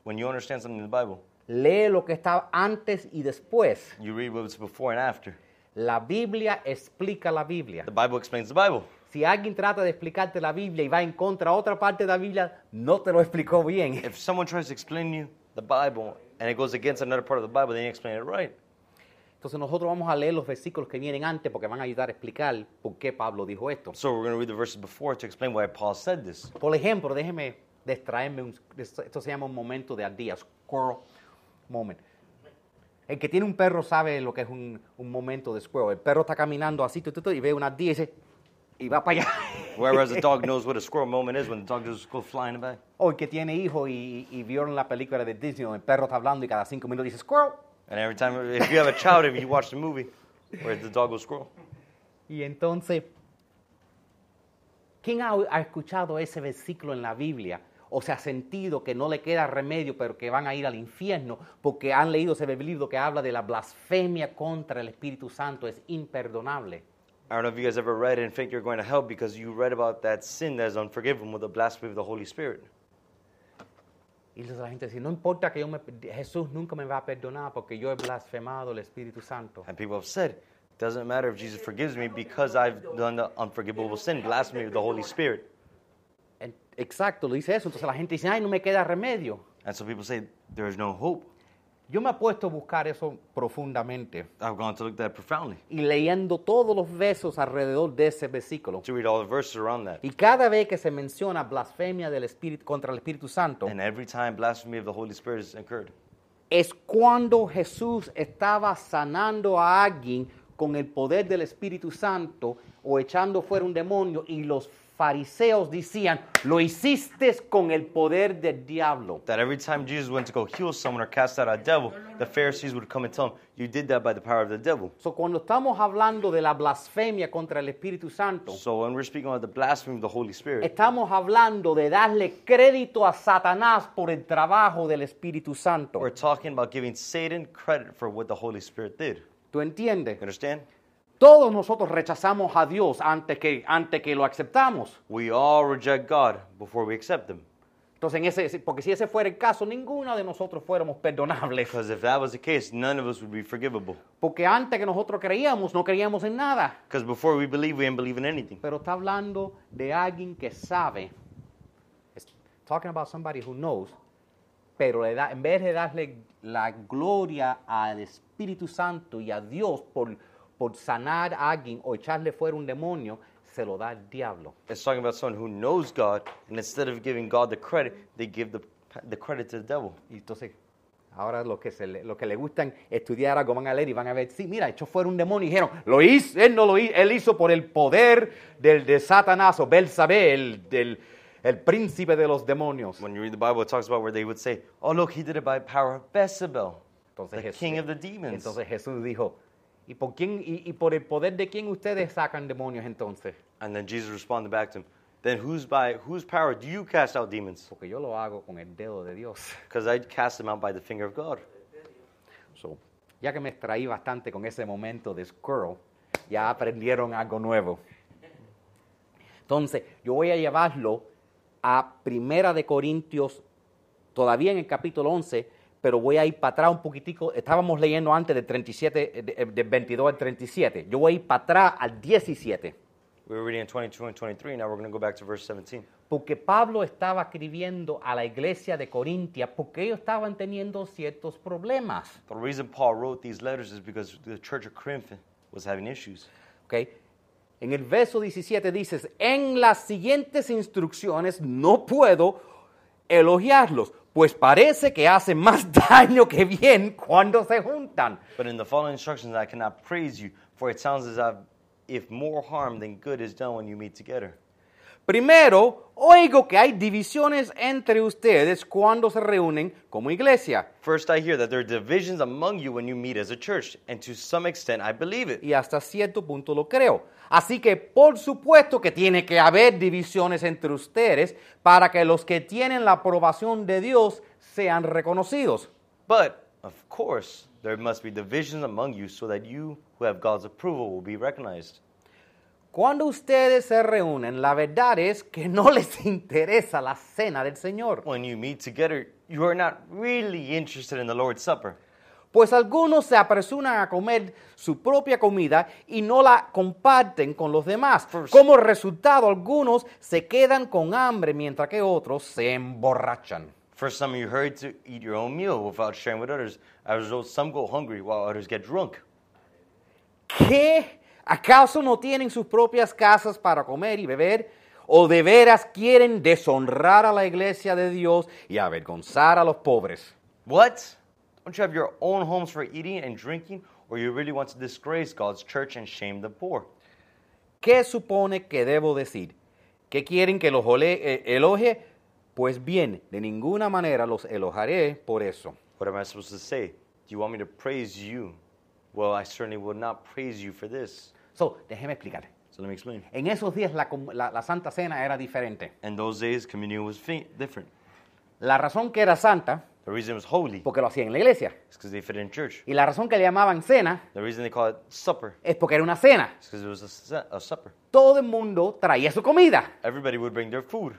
B: When you understand something in the Bible,
A: lee lo que está antes y después.
B: you read what's before and after.
A: La Biblia explica la Biblia.
B: The Bible explains the Bible.
A: Si alguien trata de explicarte la Biblia y va en contra de otra parte de la Biblia, no te lo explicó bien.
B: If someone tries to explain you the Bible and it goes against another part of the Bible, they didn't explain it right.
A: Entonces nosotros vamos a leer los versículos que vienen antes porque van a ayudar a explicar por qué Pablo dijo esto.
B: So we're going to read the verses before to explain why Paul said this.
A: Por ejemplo, déjeme distraerme. un- esto esto se llama un momento de al día, squirrel moment. El que tiene un perro sabe lo que es un, un momento de squirrel. El perro está caminando así tu, tu, tu, y ve una ardilla y dice, y va para allá.
B: Whoever has a dog knows what a squirrel moment is when the dog just goes flying by.
A: O el que tiene hijos y, y vieron la película de Disney donde el perro está hablando y cada cinco minutos dice squirrel.
B: And every time, if you have a child, if you watch the movie where the dog will squirrel,
A: Y entonces, ¿quién ha, ha escuchado ese versículo en la Biblia? O se ha sentido que no le queda remedio, pero que van a ir al infierno, porque han leído ese libro que habla de la blasfemia contra el Espíritu Santo, es imperdonable.
B: I don't know if you guys ever read it and think you're going to hell because you read about that sin that is unforgivable with the blasphemy of the Holy Spirit.
A: Y entonces la gente dice, no importa que yo me, Jesús nunca me va a perdonar porque yo he blasfemado el Espíritu Santo.
B: And people have said, it doesn't matter if Jesus forgives me because I've done the unforgivable sin, blasphemy of the Holy Spirit.
A: En- Exacto, lo dice eso. Entonces la gente dice, ay, no me queda remedio.
B: And so people say, there is no hope.
A: Yo me he puesto a buscar eso profundamente
B: I've gone to look that profoundly,
A: y leyendo todos los versos alrededor de ese versículo.
B: to read all the verses around that.
A: Y cada vez que se menciona blasfemia del espíritu contra el Espíritu Santo,
B: And every time blasphemy of the Holy Spirit is incurred,
A: es cuando Jesús estaba sanando a alguien con el poder del Espíritu Santo o echando fuera un demonio y los fariseos decían, lo hiciste con el poder del diablo.
B: That every time Jesus went to go heal someone or cast out a devil, the Pharisees would come and tell him, You did that by the power of the devil.
A: So, cuando estamos hablando de la blasfemia contra el Espíritu Santo,
B: So when we're speaking about the blasphemy of the Holy Spirit,
A: estamos hablando de darle crédito a Satanás por el trabajo del Espíritu Santo.
B: we're talking about giving Satan credit for what the Holy Spirit did.
A: ¿Tú entiendes?
B: You understand?
A: Todos nosotros rechazamos a Dios antes que, antes que lo aceptamos.
B: We all reject God before we accept Him.
A: Entonces, en ese, porque si ese fuera el caso, ninguno de nosotros fuéramos perdonables.
B: Because if that was the case, none of us would be forgivable.
A: Porque antes que nosotros creíamos, no creíamos en nada.
B: Because before we believe, we didn't believe in anything.
A: Pero está hablando de alguien que sabe. It's talking about somebody who knows. Pero le da, en vez de darle la gloria al Espíritu Santo y a Dios por, por sanar a alguien o echarle fuera un demonio, se lo da al diablo.
B: It's talking about someone who knows God, and instead of giving God the credit, they give the, the credit to the devil.
A: Y entonces, ahora los que, se le, los que le gustan estudiar algo van a leer y van a ver, sí, mira, echó fuera un demonio y dijeron, lo hizo, él no lo hizo, él hizo por el poder del, de Satanás o Belsabé, el, del- el príncipe de los demonios.
B: When you read the Bible, it talks about where they would say, Oh, look, he did it by power of Bezebel,
A: Entonces
B: the
A: Jesús,
B: king of the demons.
A: entonces Jesús dijo, ¿y por, quién, y, y por el poder de quién ustedes sacan demonios entonces?
B: And then Jesus responded back to him, Then whose by whose power do you cast out demons?
A: Porque yo lo hago con el dedo de Dios.
B: Because I cast them out by the finger of God.
A: So, ya que me extraí bastante con ese momento de squirrel, ya aprendieron algo nuevo. Entonces, yo voy a llevarlo a Primera de Corintios, todavía en el capítulo 11, pero voy a ir para atrás un poquitico. Estábamos leyendo antes del 37, eh, de- eh, del 22 al 37. Yo voy a ir para atrás al 17,
B: We were reading in 22 and 23. Now we're going to go back to verse 17.
A: porque Pablo estaba escribiendo a la iglesia de Corintia porque ellos estaban teniendo ciertos problemas.
B: The reason Paul wrote these letters is because the church of Corinth was having issues.
A: ¿ok? En el verso 17 dices, en las siguientes instrucciones no puedo elogiarlos, pues parece que hacen más daño que bien cuando se juntan.
B: But in the following instructions, I cannot praise you, for it sounds as I've, if more harm than good is done when you meet together.
A: Primero, oigo que hay divisiones entre ustedes cuando se reúnen como iglesia.
B: First, I hear that there are divisions among you when you meet as a church, and to some extent, I believe it.
A: Y hasta cierto punto lo creo. Así que por supuesto que tiene que haber divisiones entre ustedes para que los que tienen la aprobación de Dios sean reconocidos.
B: But, of course, there must be divisions among you so that you who have God's approval will be recognized.
A: Cuando ustedes se reúnen, la verdad es que no les interesa la cena del Señor.
B: When you meet together, you are not really interested in the Lord's Supper.
A: Pues algunos se apresuran a comer su propia comida y no la comparten con los demás.
B: First.
A: Como resultado, algunos se quedan con hambre mientras que otros se emborrachan.
B: For some, you hurry to eat your own meal without sharing with others. As a result, some go hungry while others get drunk.
A: ¿Qué? ¿Acaso no tienen sus propias casas para comer y beber? ¿O de veras quieren deshonrar a la iglesia de Dios y avergonzar a los pobres?
B: What? Don't you have your own homes for eating and drinking, or you really want to disgrace God's church and shame the poor?
A: ¿Qué supone que debo decir? ¿Qué quieren que los ole- eh, elogie? Pues bien, de ninguna manera los elogiaré por eso.
B: What am I supposed to say? Do you want me to praise you? Well, I certainly will not praise you for this.
A: So, déjeme explicar.
B: So let me explain.
A: En esos días la, com- la- la Santa Cena era diferente.
B: In those days, communion was fi- different.
A: La razón que era santa,
B: The reason it was holy
A: porque lo hacían en la iglesia.
B: is because they fit in church.
A: Y la razón que le llamaban cena
B: The reason they call it supper
A: es porque era una cena.
B: is because it was a, se- a supper.
A: Todo el mundo traía su comida.
B: Everybody would bring their food.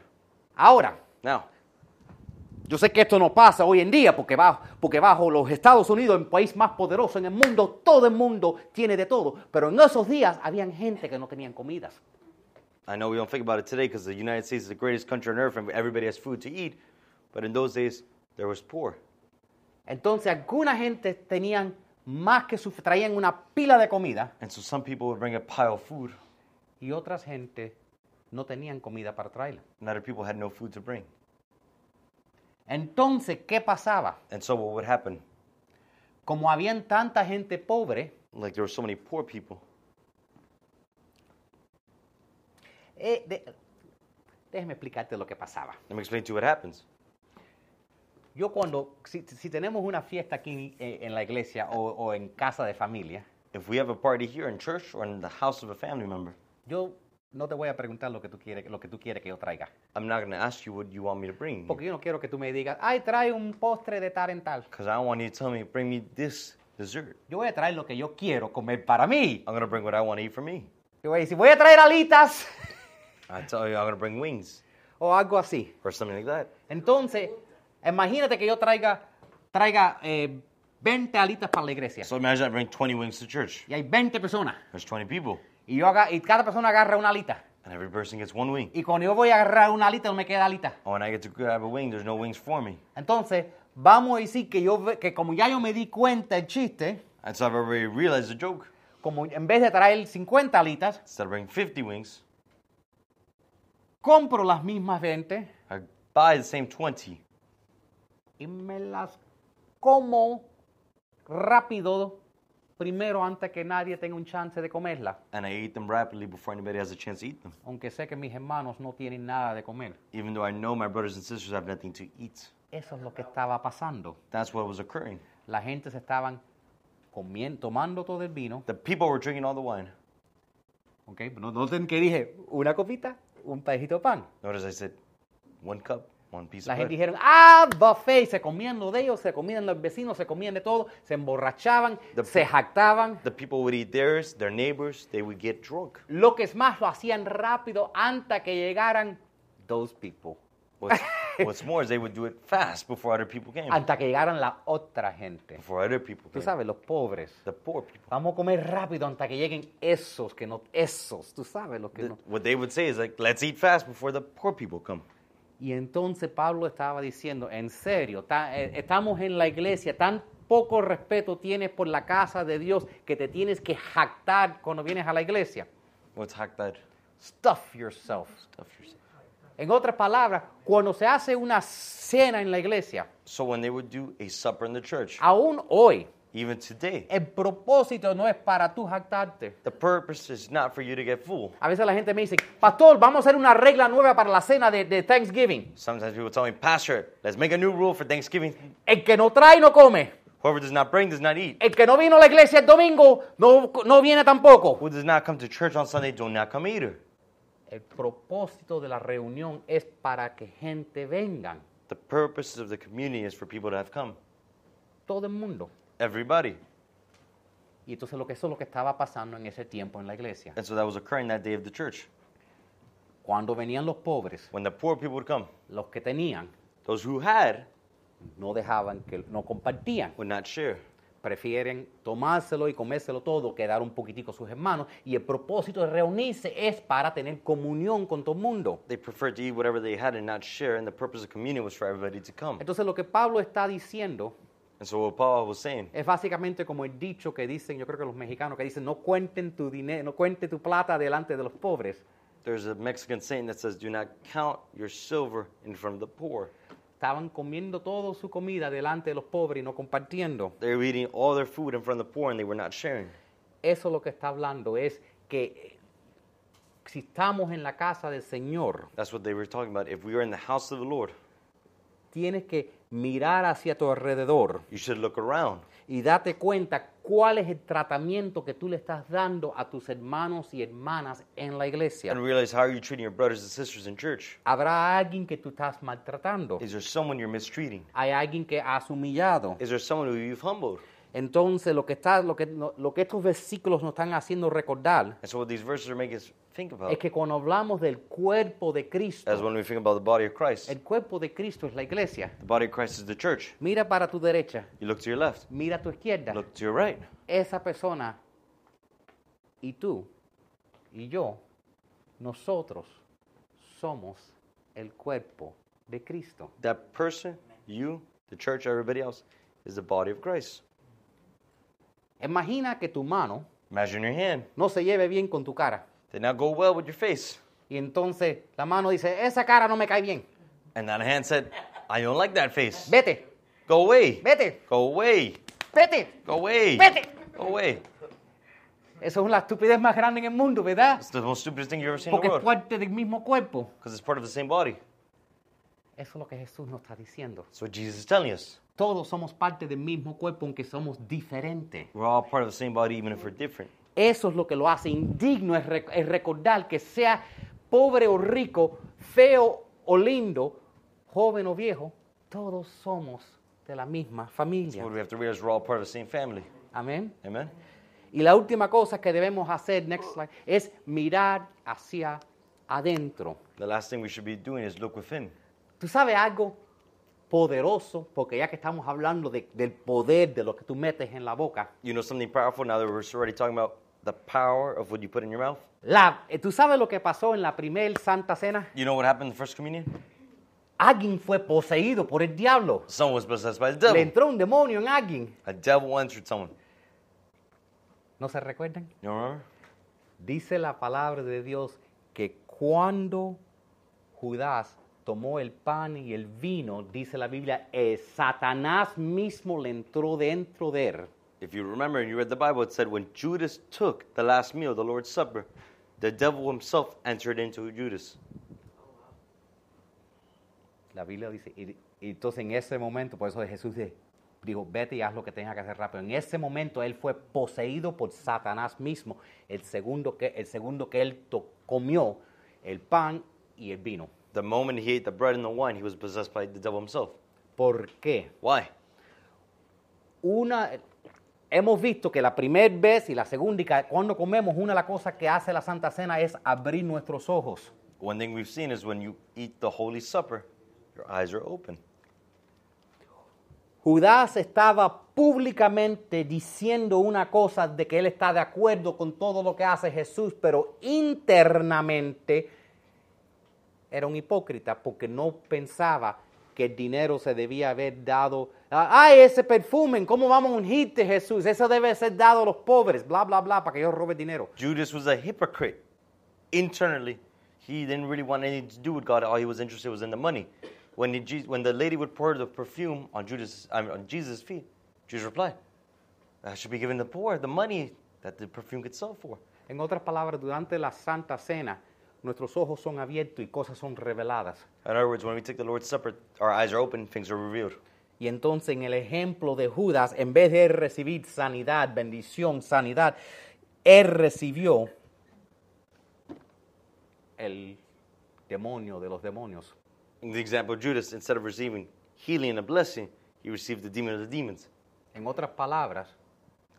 A: Ahora,
B: Now,
A: yo sé que esto no pasa hoy en día porque bajo, porque bajo los Estados Unidos, el país más poderoso en el mundo, todo el mundo tiene de todo. Pero en esos días habían gente que no tenían comidas.
B: I know we don't think about it today because the United States is the greatest country on earth and everybody has food to eat. But in those days, there was poor.
A: Entonces alguna gente tenían más que su, traían una pila de comida
B: And so some people would bring a pile of food,
A: y otras gente no tenían comida para traerla.
B: and other people had no food to bring.
A: Entonces, ¿qué pasaba?
B: And so what would happen?
A: Como habían tanta gente pobre,
B: Like there were so many poor people.
A: Eh, de- déjeme explicarte lo que pasaba.
B: Let me explain to you what happens.
A: Yo cuando, si, si tenemos una fiesta aquí eh, en la iglesia o, o en casa de familia,
B: If we have a party here in church or in the house of a family member,
A: yo no te voy a preguntar lo que tú quieres, lo que, tú quieres que yo traiga.
B: I'm not going to ask you what you want me to bring.
A: Porque yo no quiero que tú me digas, ay, trae un postre de tal en tal.
B: Because I don't want you to tell me, bring me this dessert.
A: Yo voy a traer lo que yo quiero comer para mí.
B: I'm going to bring what I want to eat for me.
A: Yo voy a decir, voy a traer alitas
B: I tell you, I'm going to bring wings
A: o algo así.
B: or something like that.
A: Entonces, imagínate que yo traiga, traiga eh, 20 alitas para la iglesia.
B: So imagine I bring 20 wings to church.
A: Y hay 20 personas.
B: There's 20 people,
A: Y, yo haga, y cada persona agarra una alita.
B: and every person gets one wing.
A: Y cuando yo voy a agarrar una alita, no me queda alita.
B: Oh, when I get to grab a wing, there's no wings for me.
A: Entonces, vamos a decir que yo ve- que como ya yo me di cuenta el chiste,
B: And so I've already realized the joke.
A: como en vez de traer 50 alitas,
B: Instead of bringing 50 wings,
A: compro las mismas 20
B: I buy the same 20,
A: y me las como rápido primero antes que nadie tenga un chance de comerla,
B: and I eat them rapidly before anybody has a chance to eat them.
A: aunque sé que mis hermanos no tienen nada de comer.
B: Even though I know my brothers and sisters have nothing to eat.
A: Eso es lo que estaba pasando.
B: That's what was occurring.
A: La gente se estaban comiendo, tomando todo el vino,
B: The people were drinking all the wine.
A: ¿ok? No noten que dije una copita, un pedacito de pan.
B: Notice I said one cup, one piece
A: La
B: of
A: gente
B: bread.
A: dijeron, ah, buffet, y se comían lo de ellos, se comían los vecinos, se comían de todo, se emborrachaban,
B: The-
A: se jactaban.
B: The people would eat theirs, their neighbors, they would get drunk.
A: Lo que es más, lo hacían rápido antes que llegaran those people.
B: What's, what's more is they would do it fast before other people came.
A: hasta que llegaran la otra gente.
B: Before other people
A: Tú
B: came.
A: sabes, los pobres.
B: The poor people.
A: Vamos a comer rápido hasta que lleguen esos que no, esos, tú sabes lo que
B: Th-
A: no.
B: What they would say is like, let's eat fast before the poor people come.
A: Y entonces Pablo estaba diciendo, en serio, ta- eh, estamos en la iglesia, tan poco respeto tienes por la casa de Dios que te tienes que jactar cuando vienes a la iglesia.
B: What's hakdar?
A: Stuff yourself.
B: Stuff yourself.
A: En otras palabras, cuando se hace una cena en la iglesia,
B: So when they would do a supper in the church,
A: aún hoy,
B: even today,
A: el propósito no es para tú jactarte.
B: the purpose is not for you to get full.
A: A veces la gente me dice, pastor, vamos a hacer una regla nueva para la cena de, de Thanksgiving.
B: Sometimes people tell me, Pastor, let's make a new rule for Thanksgiving.
A: El que no trae no come.
B: Whoever does not bring does not eat.
A: El que no vino a la iglesia el domingo no, no viene tampoco.
B: Who does not come to church on Sunday do not come either.
A: El propósito de la reunión es para que gente vengan,
B: The purpose of the community is for people to have come.
A: todo el mundo.
B: Everybody.
A: Y entonces lo que eso es lo que estaba pasando en ese tiempo en la iglesia.
B: And so that was occurring that day of the church.
A: Cuando venían los pobres,
B: When the poor people would come,
A: los que tenían,
B: those who had
A: no dejaban que no compartían.
B: would not share.
A: Prefieren tomárselo y comérselo todo, quedar un poquitico a sus hermanos. Y el propósito de reunirse es para tener comunión con todo el mundo.
B: They preferred to eat whatever they had and not share, and the purpose of communion was for everybody to come.
A: Entonces lo que Pablo está diciendo
B: And so what Paul was saying,
A: es básicamente como el dicho que dicen, yo creo que los mexicanos que dicen, no cuenten tu dinero, no cuente tu plata delante de los pobres.
B: there's a Mexican saying that says, Do not count your silver in front of the poor.
A: Estaban comiendo toda su comida delante de los pobres y no compartiendo.
B: They were eating all their food in front of the poor and they were not sharing.
A: Eso lo que está hablando es que eh, si estamos en la casa del Señor,
B: That's what they were talking about. If we are in the house of the Lord,
A: tienes que mirar hacia tu alrededor
B: you should look around
A: y date cuenta cuál es el tratamiento que tú le estás dando a tus hermanos y hermanas en la
B: and
A: iglesia.
B: realize how are you treating your brothers and sisters in church?
A: Habrá alguien que tú estás maltratando.
B: Is there someone you're mistreating?
A: hay alguien que has humillado.
B: Is there someone who you've humbled?
A: Entonces, lo que, está, lo, que, no- lo que estos versículos nos están haciendo recordar
B: And so what these verses are making us think
A: es
B: about
A: que cuando hablamos del cuerpo de
B: as
A: Cristo,
B: when we think about the body of Christ.
A: el cuerpo de Cristo es la iglesia.
B: The body of Christ is the church.
A: Mira para tu derecha,
B: You look to your left,
A: mira a tu izquierda.
B: look to your right.
A: Esa persona y tú y yo, nosotros somos el cuerpo de Cristo.
B: That person, you, the church, everybody else, is the body of Christ.
A: Imagina que tu mano
B: Imagine your hand.
A: no se lleve bien con tu cara.
B: Did not go well with your face.
A: Y entonces la mano dice, esa cara no me cae bien.
B: And that hand said, I don't like that face.
A: Vete,
B: Go away.
A: vete,
B: Go away.
A: vete.
B: Go away.
A: Vete.
B: Go away.
A: Eso es la estupidez más grande en el mundo, ¿verdad?
B: It's the most stupidest thing you've ever seen in
A: Porque
B: the
A: es
B: world.
A: parte del mismo cuerpo.
B: Because it's part of the same body.
A: Eso es lo que Jesús nos está diciendo.
B: That's what Jesus is telling us.
A: Todos somos parte del mismo cuerpo, aunque somos diferentes.
B: We're all part of the same body, even if we're different.
A: Eso es lo que lo hace indigno, es, rec- es recordar que sea pobre o rico, feo o lindo, joven o viejo, todos somos de la misma
B: That's
A: familia.
B: what we have to realize. We're all part of the same family.
A: Amén.
B: Amen?
A: Y la última cosa que debemos hacer, next slide, es mirar hacia adentro.
B: The last thing we should be doing is look within.
A: Tú sabes algo poderoso, porque ya que estamos hablando de- del poder de lo que tú metes en la boca,
B: You know something powerful now that we're already talking about the power of what you put in your mouth?
A: la, eh, tú sabes lo que pasó en la primer Santa Cena.
B: You know what happened in the first communion?
A: Alguien fue poseído por el diablo.
B: Someone was possessed by the
A: Le
B: devil.
A: entró un demonio en alguien.
B: A devil entered someone.
A: ¿No se recuerdan?
B: You don't remember?
A: Dice la palabra de Dios que cuando Judas tomó el pan y el vino, dice la Biblia, eh, Satanás mismo le entró dentro de él.
B: If you remember and you read the Bible, it said when Judas took the last meal, the Lord's Supper, the devil himself entered into Judas.
A: La Biblia dice, y, y entonces en ese momento, por eso Jesús de- dijo, vete y haz lo que tengas que hacer rápido. En ese momento él fue poseído por Satanás mismo, el segundo que, el segundo que él to- comió el pan y el vino.
B: The moment he ate the bread and the wine, he was possessed by the devil himself.
A: ¿Por qué?
B: Why?
A: Una, hemos visto que la primera vez y la segunda, y ca- cuando comemos, una de las cosas que hace la Santa Cena es abrir nuestros ojos.
B: One thing we've seen is when you eat the Holy Supper, your eyes are open.
A: Judas estaba públicamente diciendo una cosa de que él está de acuerdo con todo lo que hace Jesús, pero internamente era un hipócrita porque no pensaba que el dinero se debía haber dado. Ah, Ay, ese perfume, ¿cómo vamos a ungirte Jesús? Eso debe ser dado a los pobres, bla, bla, bla, para que yo robe dinero.
B: Judas was a hypocrite internally. He didn't really want anything to do with God. All he was interested was in the money. When the, Je- when the lady would pour the perfume on Judas I mean, on Jesus' feet, Judas replied, "I should be giving the poor the money that the perfume could sell for."
A: En otras palabras, durante la Santa Cena, nuestros ojos son abiertos y cosas son reveladas.
B: In other words, when we take the Lord's Supper, our eyes are open, things are revealed.
A: Y entonces en el ejemplo de Judas, en vez de él recibir sanidad, bendición, sanidad, él recibió el demonio de los demonios.
B: In the example of Judas, instead of receiving healing and a blessing, he received the demon of the demons.
A: En otras palabras,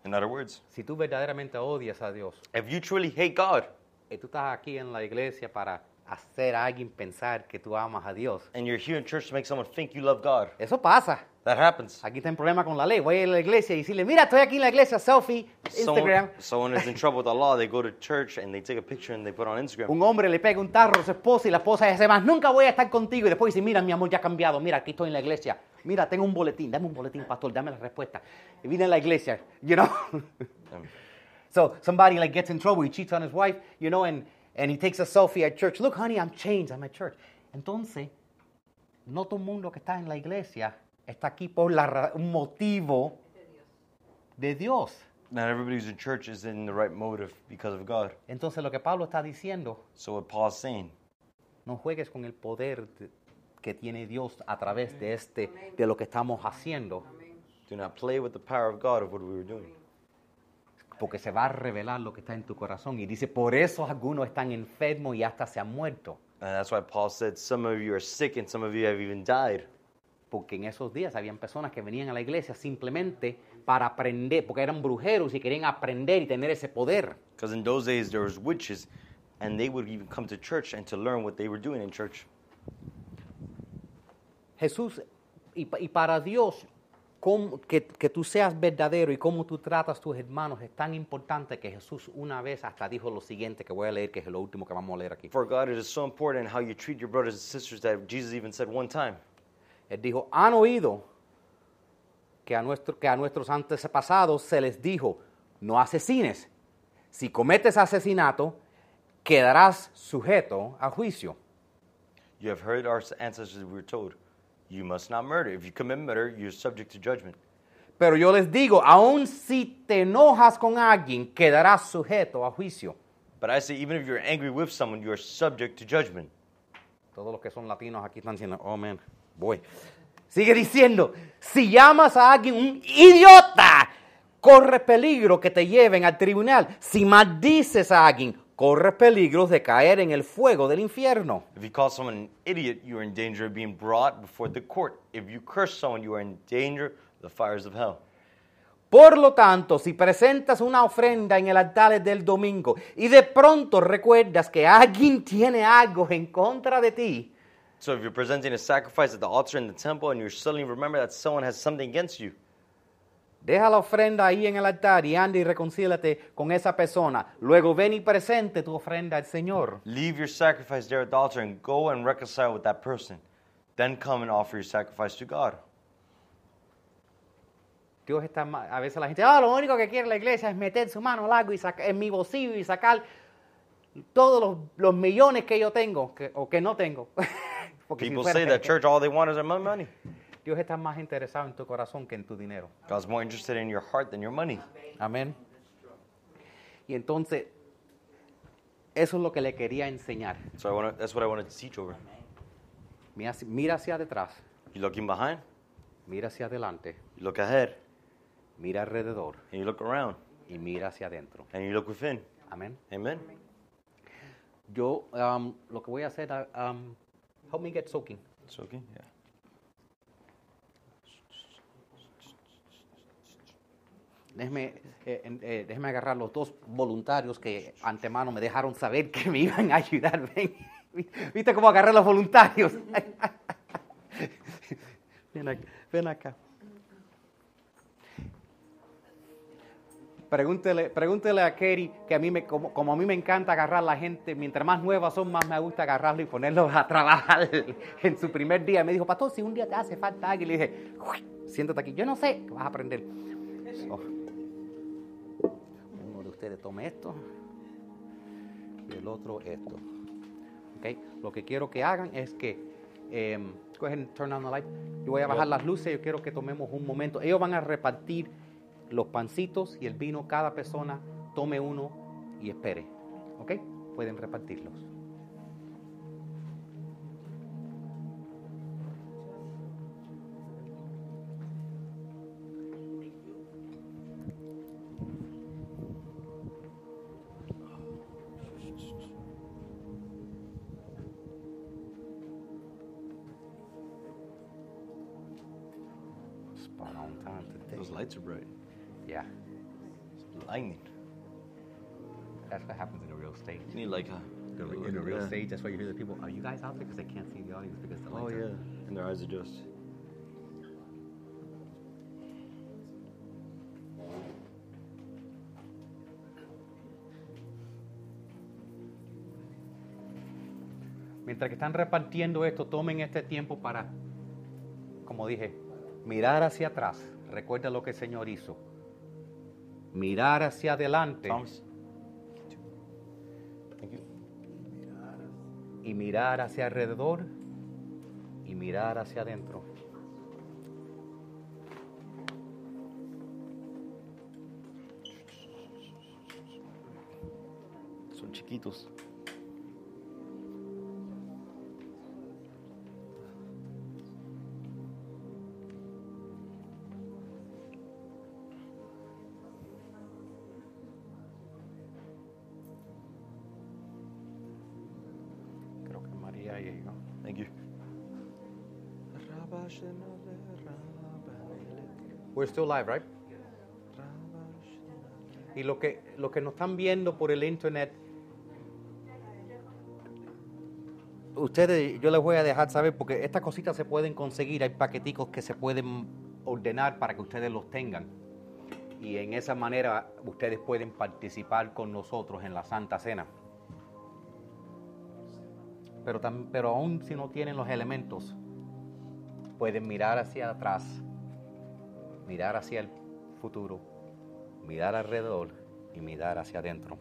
B: In other words,
A: si tú verdaderamente odias a Dios
B: if you truly hate God
A: y tú estás aquí en la iglesia para hacer a alguien pensar que tú amas a Dios,
B: and you're here in church to make someone think you love God,
A: eso pasa.
B: that happens.
A: Aquí está el problema con la ley. Voy a la iglesia y decirle, mira, estoy aquí en la iglesia, selfie, Instagram.
B: Someone, someone is in trouble with Allah, they go to church and they take a picture and they put on Instagram.
A: Un hombre le pega un tarro a su esposa y la esposa dice, más nunca voy a estar contigo. Y después dice, mira, mi amor, ya ha cambiado. Mira, aquí estoy en la iglesia. Mira, tengo un boletín. Dame un boletín, pastor. Dame la respuesta. Y vine a la iglesia, you know. so somebody like gets in trouble. He cheats on his wife, you know, and, and he takes a selfie at church. Look, honey, I'm changed. I'm at church. Entonces, no todo el mundo que está en la iglesia está aquí por la ra- un motivo de Dios.
B: Not everybody who's in church is in the right motive because of God.
A: Entonces, lo que Pablo está diciendo
B: So what Paul's saying,
A: No juegues con el poder de- que tiene Dios a través de este de lo que estamos haciendo,
B: do not play with the power of God of what we were doing.
A: porque se va a revelar lo que está en tu corazón y dice, "Por eso algunos están enfermos y hasta se han muerto,
B: And that's why Paul said some of you are sick and some of you have even died.
A: porque en esos días habían personas que venían a la iglesia simplemente para aprender, porque eran brujeros y querían aprender y tener ese poder."
B: Because in those days there was witches and they would even come to church and to learn what they were doing in church.
A: Jesús y, pa- y para Dios cómo- que, que tú seas verdadero y cómo tú tratas a tus hermanos es tan importante que Jesús una vez hasta dijo lo siguiente que voy a leer, que es lo último que vamos a leer aquí.
B: For God, it is so important how you treat your brothers and sisters that Jesus even said one time,
A: Él dijo, han oído que a, nuestro- que a nuestros antepasados se les dijo, no asesines. Si cometes asesinato, quedarás sujeto a juicio.
B: You have heard our ancestors were told, you must not murder. If you commit murder, you're subject to judgment.
A: Pero yo les digo, aun si te enojas con alguien, quedarás sujeto a juicio.
B: But I say, even if you're angry with someone, you are subject to judgment.
A: Todos los que son latinos aquí están diciendo, oh man, voy. Sigue diciendo, si llamas a alguien un idiota, corres peligro que te lleven al tribunal. Si maldices a alguien, corres peligro de caer en el fuego del infierno.
B: If you call someone an idiot, you are in danger of being brought before the court. If you curse someone, you are in danger of the fires of hell.
A: Por lo tanto, si presentas una ofrenda en el altar del domingo y de pronto recuerdas que alguien tiene algo en contra de ti,
B: So if you're presenting a sacrifice at the altar in the temple and you're suddenly remember that someone has something against you,
A: Deja la ofrenda ahí en el altar y anda y reconcílate con esa persona. Luego ven y presente tu ofrenda al Señor.
B: leave your sacrifice there at the altar and go and reconcile with that person. Then come and offer your sacrifice to God.
A: Dios está ma- a veces la gente, ah, lo único que quiere la iglesia es meter su mano al agua y saca- en mi bolsillo y sacar todos los, los millones que yo tengo que- o que no tengo. Porque si
B: People
A: fuera-
B: say that church, all they want is my money.
A: Dios está más interesado en tu corazón que en tu dinero.
B: God's more interested in your heart than your money.
A: Amén. Y entonces, eso es lo que le quería enseñar.
B: So I wanna, that's what I wanted to teach over.
A: Mira hacia- mira hacia detrás,
B: You looking behind,
A: mira hacia adelante,
B: you look ahead,
A: mira alrededor.
B: and you look around,
A: y mira hacia adentro.
B: and you look within.
A: Amén.
B: Amen.
A: Yo um, lo que voy a hacer, uh, um, help me get soaking.
B: It's okay. Yeah.
A: Déjeme, eh, en- eh, déjeme agarrar los dos voluntarios que antemano me dejaron saber que me iban a ayudar. Ven. ¿Viste cómo agarré a los voluntarios? Ven ac- ven acá. Pregúntele, pregúntele a Kerry que a mí me, como, como a mí me encanta agarrar la gente, mientras más nuevas son, más me gusta agarrarlos y ponerlos a trabajar. En su primer día me dijo, pastor, si un día te hace falta alguien, le dije, "Uy, siéntate aquí, yo no sé, ¿qué vas a aprender. So, uno de ustedes tome esto y el otro esto. ¿Ok? Lo que quiero que hagan es que em, go ahead and turn on the light. Yo voy a bajar las luces, yo quiero que tomemos un momento. Ellos van a repartir los pancitos y el vino, cada persona tome uno y espere. ¿Ok? Pueden repartirlos. Spot on time today.
B: Those lights are bright.
A: Yeah,
B: It's lightning.
A: that's what happens in a real stage.
B: You need like a,
A: The re- in the real stage, that's why you hear the people. Are you guys out there? Because they can't see the audience because the lights
B: Oh
A: are-
B: yeah, and their eyes adjust.
A: Mientras que están repartiendo esto, tomen este tiempo para, como dije, mirar hacia atrás. Recuerda lo que el Señor hizo. Mirar hacia adelante
B: Thomas. Thank you.
A: y mirar hacia alrededor y mirar hacia adentro.
B: Son chiquitos.
A: Creo que María llegó.
B: Thank you.
A: We're still live, right? Y lo que, lo que nos están viendo por el internet, ustedes, yo les voy a dejar saber porque estas cositas se pueden conseguir, hay paqueticos que se pueden ordenar para que ustedes los tengan. Y en esa manera ustedes pueden participar con nosotros en la Santa Cena. Pero, tam- pero aún si no tienen los elementos, pueden mirar hacia atrás, mirar hacia el futuro, mirar alrededor y mirar hacia adentro.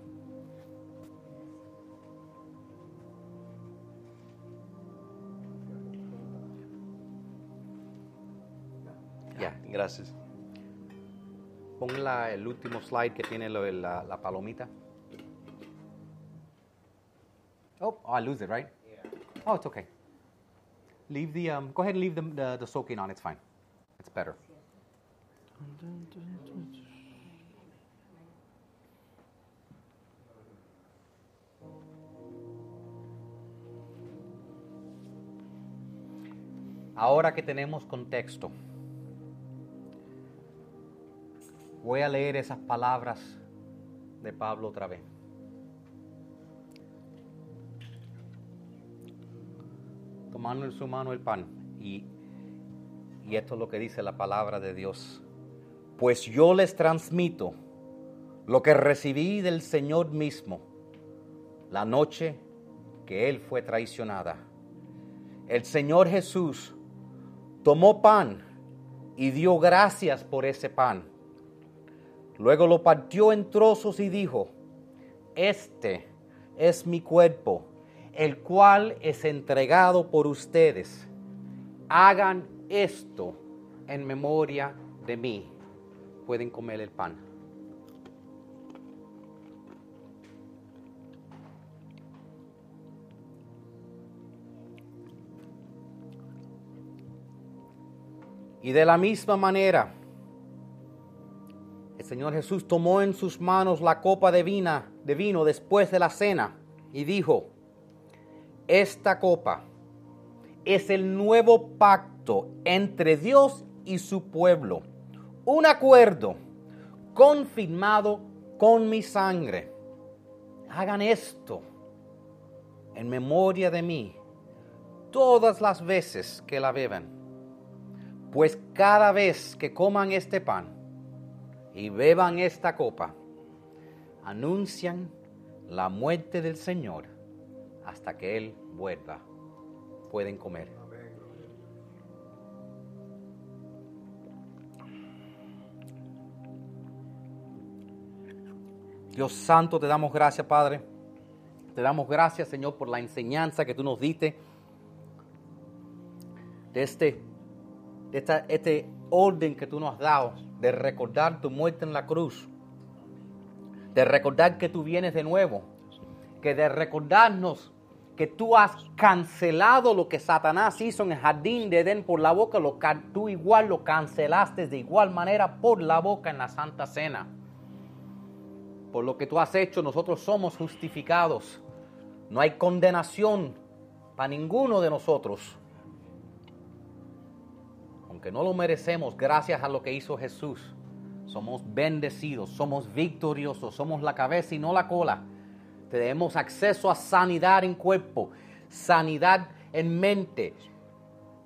A: Ya,
B: Gracias.
A: Pon la- el último slide que tiene lo de la, la palomita. Oh, I lose it, right? Oh, it's okay. Leave the, um, go ahead and leave the, the, the soaking on, it's fine. It's better. Ahora que tenemos contexto, voy a leer esas palabras de Pablo otra vez. Tomando en su mano el pan y, y esto es lo que dice la palabra de Dios. Pues yo les transmito lo que recibí del Señor mismo la noche que Él fue traicionada el Señor Jesús tomó pan y dio gracias por ese pan. Luego lo partió en trozos y dijo, este es mi cuerpo, el cual es entregado por ustedes. Hagan esto en memoria de mí. Pueden comer el pan. Y de la misma manera, el Señor Jesús tomó en sus manos la copa de, vina- de vino después de la cena y dijo, esta copa es el nuevo pacto entre Dios y su pueblo, un acuerdo confirmado con mi sangre. Hagan esto en memoria de mí todas las veces que la beban pues cada vez que coman este pan y beban esta copa, anuncian la muerte del Señor hasta que Él vuelva. Pueden comer. Dios Santo, te damos gracias, Padre. Te damos gracias, Señor, por la enseñanza que tú nos diste de este de esta- este orden que tú nos has dado de recordar tu muerte en la cruz, de recordar que tú vienes de nuevo, que de recordarnos que tú has cancelado lo que Satanás hizo en el jardín de Edén por la boca, lo ca- tú igual lo cancelaste de igual manera por la boca en la Santa Cena. Por lo que tú has hecho, nosotros somos justificados. No hay condenación para ninguno de nosotros aunque no lo merecemos, gracias a lo que hizo Jesús, somos bendecidos, somos victoriosos, somos la cabeza y no la cola. Tenemos acceso a sanidad en cuerpo, sanidad en mente,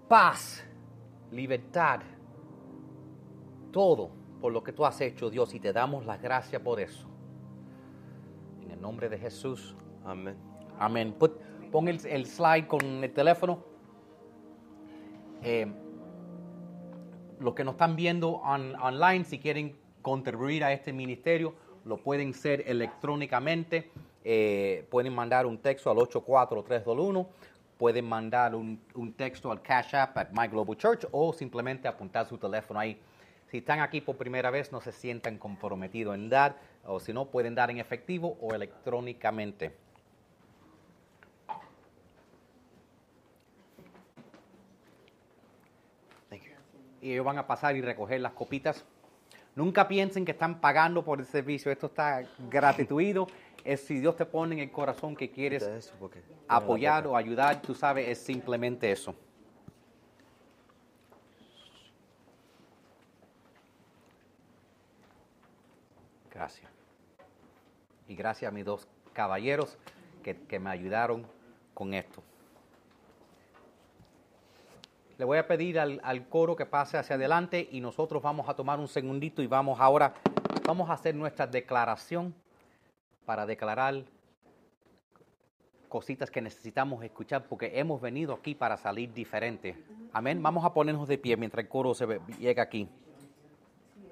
A: paz, libertad, todo por lo que tú has hecho, Dios, y te damos las gracias por eso. En el nombre de Jesús,
B: Amen.
A: Amén. Put- pon el, el slide con el teléfono. Eh, los que nos están viendo on- online, si quieren contribuir a este ministerio, lo pueden hacer electrónicamente. Eh, pueden mandar un texto al 84321. Pueden mandar un, un texto al Cash App at My Global Church o simplemente apuntar su teléfono ahí. Si están aquí por primera vez, no se sientan comprometidos en dar, o si no, pueden dar en efectivo o electrónicamente.
B: Thank you.
A: y ellos van a pasar y recoger las copitas. Nunca piensen que están pagando por el servicio, esto está gratuito. Es si Dios te pone en el corazón que quieres
B: Quita eso, porque tiene la
A: apoyar
B: boca.
A: o ayudar, tú sabes, es simplemente eso. Gracias. Y gracias a mis dos caballeros que, que me ayudaron con esto. Le voy a pedir al, al coro que pase hacia adelante y nosotros vamos a tomar un segundito y vamos ahora, vamos a hacer nuestra declaración para declarar cositas que necesitamos escuchar porque hemos venido aquí para salir diferente. Amén. Vamos a ponernos de pie mientras el coro se ve- llega aquí.